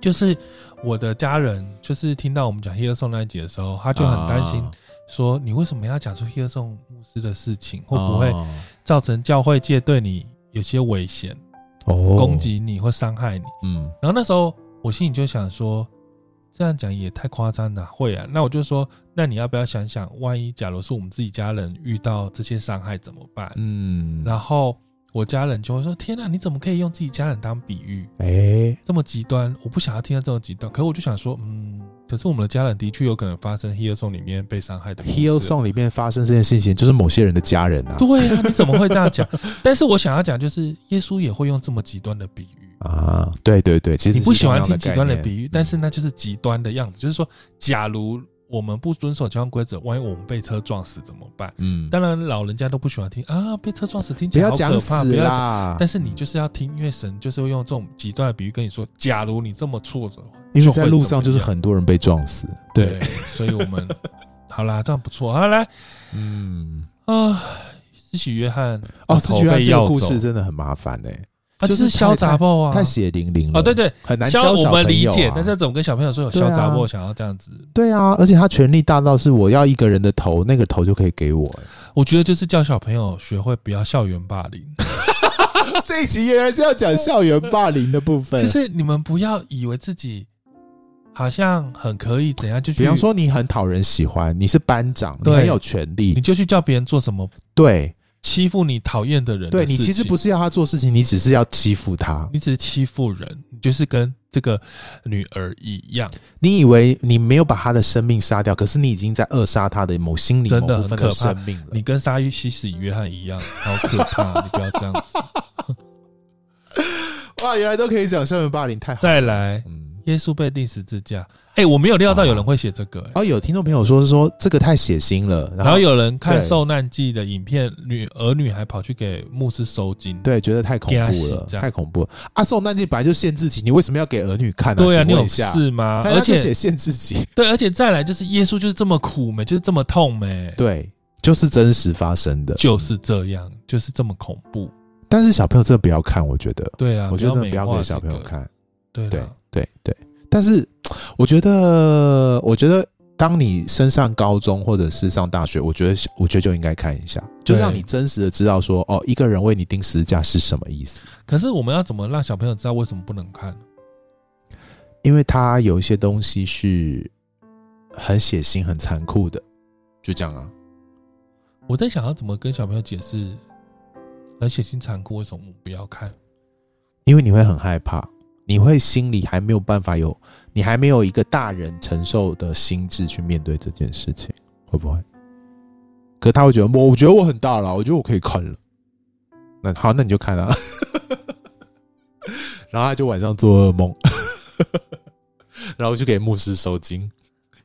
S1: 就是我的家人就是听到我们讲 Heal Song 那一集的时候，他就很担心
S3: 啊
S1: 说，你为什么要讲出 Heal Song 牧师的事情，会不会
S3: 哦
S1: 造成教会界对你有些危险，
S3: 哦
S1: 攻？击你或伤害你？
S3: 嗯，
S1: 然后那时候我心里就想说，这样讲也太夸张了，会啊？那我就说，那你要不要想想，万一假如是我们自己家人遇到这些伤害怎么办？
S3: 嗯，
S1: 然后我家人就会说：天啊，你怎么可以用自己家人当比喻？
S3: 哎、
S1: 这么极端，我不想要听到这种极端。可我就想说，嗯，可是我们的家人的确有可能发生 Heal Song 里面被伤害的故
S3: h e a l
S1: 事
S3: Song 里面发生这件事情，就是某些人的家人啊，
S1: 对啊，你怎么会这样讲？ 但是我想要讲，就是耶稣也会用这么极端的比喻。
S3: 啊，对对对，其实
S1: 你不
S3: 是
S1: 喜
S3: 同
S1: 欢
S3: 样
S1: 听极端的
S3: 概念嗯
S1: 比喻，但是那就是极端的样子。就是说，假如我们不遵守交通规则，万一我们被车撞死怎么办？
S3: 嗯，
S1: 当然，老人家都不喜欢听啊，被车撞死听
S3: 不
S1: 起来
S3: 要
S1: 好
S3: 讲
S1: 可怕，
S3: 死
S1: 不要讲。
S3: 啦！嗯
S1: 但是你就是要听，因为神就是会用这种极端的比喻跟你说，假如你这么挫折，
S3: 因为
S1: 就会
S3: 在路
S1: 怎
S3: 上
S1: 么
S3: 就是
S1: 样
S3: 很多人被撞死。
S1: 对，，所以我 们好啦，这样不错，好来
S3: 嗯，
S1: 啊，施洗约翰
S3: 哦，
S1: 把
S3: 四
S1: 啊头
S3: 喜欢
S1: 被
S3: 这个
S1: 要
S3: 故
S1: 走
S3: 事真的很麻烦哎，
S1: 啊，
S3: 就
S1: 就是是潇洒爆啊，
S3: 太血淋淋了。
S1: 哦，对，对，
S3: 很难
S1: 潇
S3: 教
S1: 我
S3: 小
S1: 们
S3: 朋
S1: 理
S3: 友
S1: 解
S3: 啊，
S1: 但是要怎么跟小朋友说有
S3: 对
S1: 潇洒
S3: 啊
S1: 爆想要这样子？
S3: 对啊，而且他权力大到是我要一个人的头，那个头就可以给我。
S1: 我觉得就是叫小朋友学会不要校园霸 凌，
S3: 哎这一集原来是要讲校园霸凌的部分
S1: 就是你们不要以为自己好像很可以怎样，就去
S3: 比方说你很讨人喜欢，你是班长，你
S1: 对
S3: 很有权
S1: 你
S3: 利，
S1: 就去叫别人做什么
S3: 对
S1: 欺负你讨厌的人的
S3: 对，
S1: 事
S3: 你
S1: 情，
S3: 其实不是要他做事情，你只是要欺负他。
S1: 你只是欺负人，你就是跟这个女儿一样，
S3: 你以为你没有把他的生命杀掉，可是你已经在扼杀他的某心理
S1: 真
S3: 某
S1: 的
S3: 部
S1: 很
S3: 分
S1: 可怕
S3: 生命了
S1: 你。跟鲨鱼西施与约翰一样，好可怕！你不要这样子。
S3: 哇，原来都可以讲校园霸凌，太好了。
S1: 再来，
S3: 嗯，
S1: 耶稣被钉十字架。哎、我没有料到有人会写这个、哎
S3: 哦，有听众朋友说是说这个太血腥了，然
S1: 然
S3: 后
S1: 后有人看
S3: 对
S1: 受难记的影片，女儿女还跑去给牧师收金。
S3: 对觉得太恐
S1: 给他
S3: 怖
S1: 洗
S3: 了，
S1: 这样
S3: 太恐怖了。啊，受难记本来就限制级，你为什么要给儿女看呢、
S1: 对啊，
S3: 请
S1: 你
S3: 问
S1: 有
S3: 一下，
S1: 事吗？
S3: 但他
S1: 而
S3: 就写
S1: 且
S3: 限 制级，
S1: 对，而且再来就是耶稣就是这么苦没，就是这么痛没，
S3: 对，就是真实发生的。
S1: 就是这样，就是这么恐怖。
S3: 但是小朋友真的不要看，我觉得，
S1: 对啊，
S3: 我觉得真的
S1: 美
S3: 不要
S1: 化
S3: 给小朋友
S1: 这个。
S3: 看。
S1: 对啊
S3: 对
S1: 啦
S3: 对对，但是我觉得，我觉得当你升上高中或者是上大学，我觉得我觉得就应该看一下，就
S1: 对
S3: 让你真实的知道说，哦，一个人为你钉十字架是什么意思。
S1: 可是我们要怎么让小朋友知道为什么不能看？
S3: 因为它有一些东西是很血腥、很残酷的，就这样啊。
S1: 我在想要怎么跟小朋友解释，很血腥残酷，为什么我们不要看？
S3: 因为你会很害怕，你会心里还没有办法有，你还没有一个大人承受的心智去面对这件事情，会不会？可他会觉得我，我觉得我很大了，我觉得我可以看了。那好，那你就看啊。 然后他就晚上做噩梦， 然后就给牧师收金。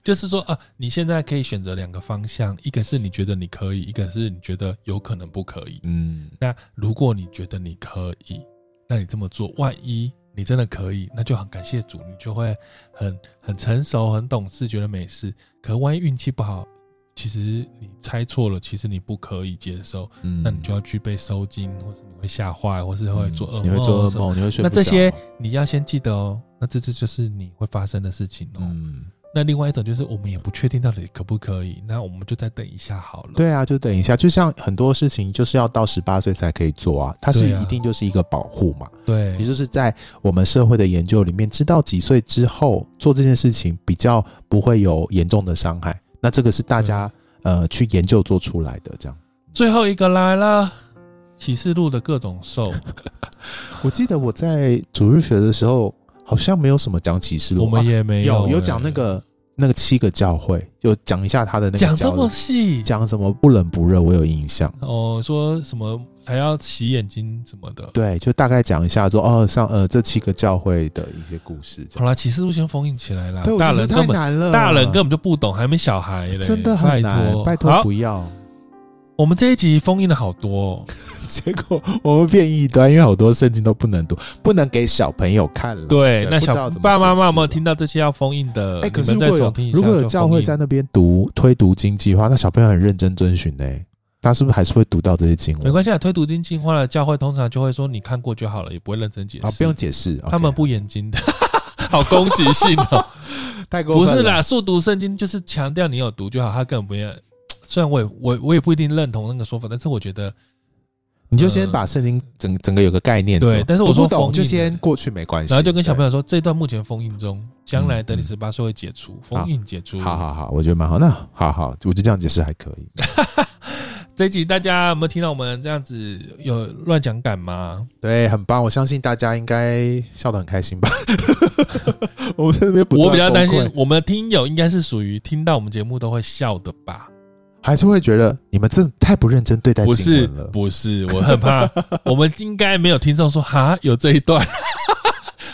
S1: 就是说啊，你现在可以选择两个方向，一个是你觉得你可以，一个是你觉得有可能不可以。
S3: 嗯，
S1: 那如果你觉得你可以，那你这么做，万一你真的可以，那就很感谢主，你就会很很成熟、很懂事，觉得没事。可万一运气不好，其实你猜错了，其实你不可以接受，
S3: 嗯
S1: 那你就要去被收金，或是你会吓坏，或是会做噩梦，
S3: 嗯你会做噩。梦，你会睡
S1: 那
S3: 不
S1: 这
S3: 着。啊
S1: 些你要先记得哦，那这这就是你会发生的事情哦。
S3: 嗯。
S1: 那另外一种就是我们也不确定到底可不可以，那我们就再等一下好了。
S3: 对啊，就等一下，就像很多事情就是要到十八岁才可以做啊，它是
S1: 对啊
S3: 一定就是一个保护嘛，
S1: 对
S3: 也就是在我们社会的研究里面，知道几岁之后做这件事情比较不会有严重的伤害，那这个是大家呃去研究做出来的。这样，
S1: 最后一个来了，启示录的各种兽，
S3: 我记得我在主日学的时候好像没有什么讲启示录，
S1: 我们
S3: 啊
S1: 也没
S3: 有
S1: 有
S3: 有
S1: 欸
S3: 讲那个那个七个教会，有讲一下他的那个
S1: 讲
S3: 教
S1: 这
S3: 义
S1: 么细，
S3: 讲什么不冷不热，我有印象。
S1: 哦，说什么还要洗眼睛什么的。
S3: 对，就大概讲一下说哦，上呃这七个教会的一些故事这
S1: 好
S3: 样。
S1: 啦，启示录先封印起来啦
S3: 哦对，我，
S1: 大
S3: 觉得
S1: 人
S3: 太
S1: 根本
S3: 难了，哎
S1: 大人根本就不懂，还没小孩嘞，
S3: 真的很难，拜
S1: 拜
S3: 托
S1: 好
S3: 不，要。
S1: 我们这一集封印了好多哦，
S3: 结果我们变异端，因为好多圣经都不能读，不能给小朋友看了。
S1: 对，那
S3: 不知道
S1: 小
S3: 怎么
S1: 爸爸妈
S3: 解
S1: 妈
S3: 释
S1: 有没有
S3: 的
S1: 听到这些要封印的？
S3: 哎、可
S1: 你
S3: 是
S1: 们
S3: 如
S1: 再
S3: 果
S1: 重
S3: 有
S1: 听一下
S3: 如果有
S1: 就
S3: 教
S1: 封
S3: 会
S1: 印
S3: 在那边读推读经计划，那小朋友很认真遵循呢、他是不是还是会读到这些经文？
S1: 没关系啊，推读经进化的教会通常就会说你看过就好了，也不会认真解释。
S3: 啊，不用，解释。
S1: 他们
S3: OK
S1: 不严谨的， 好攻击性哦。
S3: 太过
S1: 不
S3: 分
S1: 是
S3: 了，
S1: 啦，速读圣经就是强调你有读就好，他根本不要。虽然我也我我也不一定认同那个说法，但是我觉得
S3: 你就先
S1: 呃
S3: 把圣经整整个有个概念走。
S1: 对但是我
S3: 读
S1: 说
S3: 不
S1: 封
S3: 懂
S1: 印
S3: 就
S1: 的
S3: 先过去没关系。
S1: 然后就跟小朋
S3: 友，
S1: 友说，这段目前封印中，将来等你
S3: 嗯嗯
S1: 十八岁会解除封印解除。
S3: 好，好好，我觉得蛮好。那好好，我就这样解释还可以。
S1: 这一集大家有没有听到我们这样子有乱讲感吗？
S3: 对，很棒，我相信大家应该笑得很开心吧。 我们在那边不断
S1: 我比较担
S3: 崩
S1: 心
S3: 溃，
S1: 我们的听友应该是属于听到我们节目都会笑的吧？
S3: 还是会觉得你们真的太不认真对待
S1: 不
S3: 经
S1: 是
S3: 文了。
S1: 不是，我很 怕，我们应该没有听众说哈有这一段，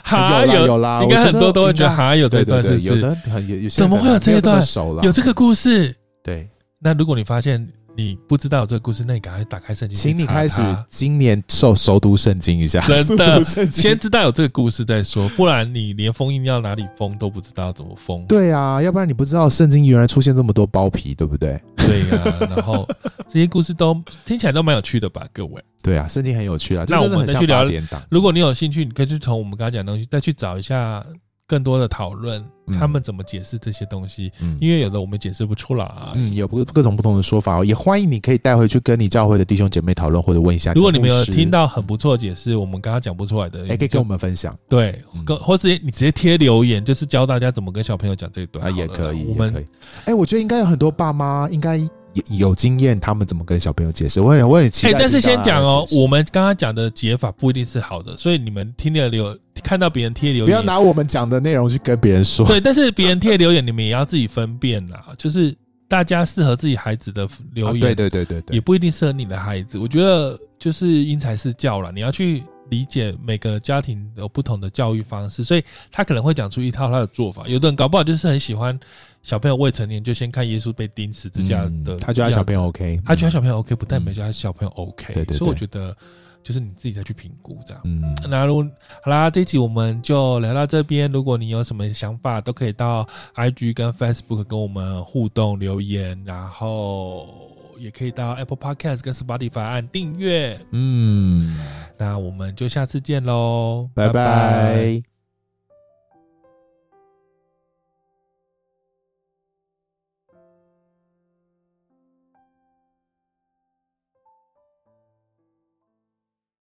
S1: 哈
S3: 有啦有啦，
S1: 应该
S3: 我觉
S1: 很多都会觉得
S3: 应该
S1: 哈有这
S3: 对
S1: 一
S3: 对
S1: 段，是不
S3: 对，有
S1: 是？
S3: 的很有有些
S1: 怎么
S3: 人
S1: 会有
S3: 没
S1: 这一
S3: 那么
S1: 段
S3: 熟了？
S1: 有这个故事，
S3: 对，
S1: 那如果你发现你不知道有这个故事，那你赶快打开圣经，
S3: 请你开始
S1: 查
S3: 今年熟熟读圣经一下，
S1: 真的
S3: 速读圣
S1: 它
S3: 经
S1: 先知道有这个故事再说，不然你连封印要哪里封都不知道怎么封。
S3: 对啊，要不然你不知道圣经原来出现这么多包皮，对不对？
S1: 对呀、然后这些故事都听起来都蛮有趣的吧，各位。
S3: 对啊，圣经很有趣啊，就
S1: 那
S3: 真的
S1: 我们
S3: 很
S1: 再
S3: 像
S1: 去聊
S3: 八点档。
S1: 如果你有兴趣，你可以去从我们刚刚讲的东西再去找一下更多的讨论，
S3: 嗯
S1: 他们怎么解释这些东西，
S3: 嗯
S1: 因为有的我们解释不出来。
S3: 嗯，有各各种不同的说法哦，也欢迎你可以带回去跟你教会的弟兄姐妹讨论，或者问一下的牧师。
S1: 如果你们有听到很不错的解释，我们刚刚讲不出来的，
S3: 哎、可以
S1: 你就
S3: 跟我们分享，
S1: 对
S3: 嗯，
S1: 跟或是你直接贴留言，就是教大家怎么跟小朋友讲这一段
S3: 啊，也
S1: 好了
S3: 可以，
S1: 我
S3: 也可
S1: 们
S3: 以。哎、我觉得应该有很多爸妈应该也有经验，他们怎么跟小朋友解释。我也我也期
S1: 哎
S3: 待、，
S1: 但是先讲哦，我们刚刚讲的解法不一定是好的，所以你们听了留看到别人贴留
S3: 不要
S1: 言，
S3: 拿我们讲的内容去跟别人说。
S1: 对，但是别人贴留言，你们也要自己分辨啦，就是大家适合自己孩子的留
S3: 啊
S1: 言，
S3: 对对对对对
S1: 也，不一定适合你的孩子。我觉得就是因材施教啦，你要去理解每个家庭有不同的教育方式，所以他可能会讲出一套他的做法。有的人搞不好就是很喜欢小朋友未成年就先看耶稣被钉十字架的、
S3: 嗯他觉得他小朋
S1: 友，
S3: 友 OK，
S1: 他觉得他小朋友 OK，不代
S3: 嗯
S1: 表他小朋友 OK、
S3: 对对对
S1: 所以我觉得就是你自己再去评估这样。
S3: 嗯，
S1: 那如好啦，这一集我们就聊到这边。如果你有什么想法，都可以到 IG 跟 Facebook 跟我们互动留言，然后也可以到 Apple Podcast 跟 Spotify 按订阅。
S3: 嗯，
S1: 那我们就下次见喽，
S3: 拜拜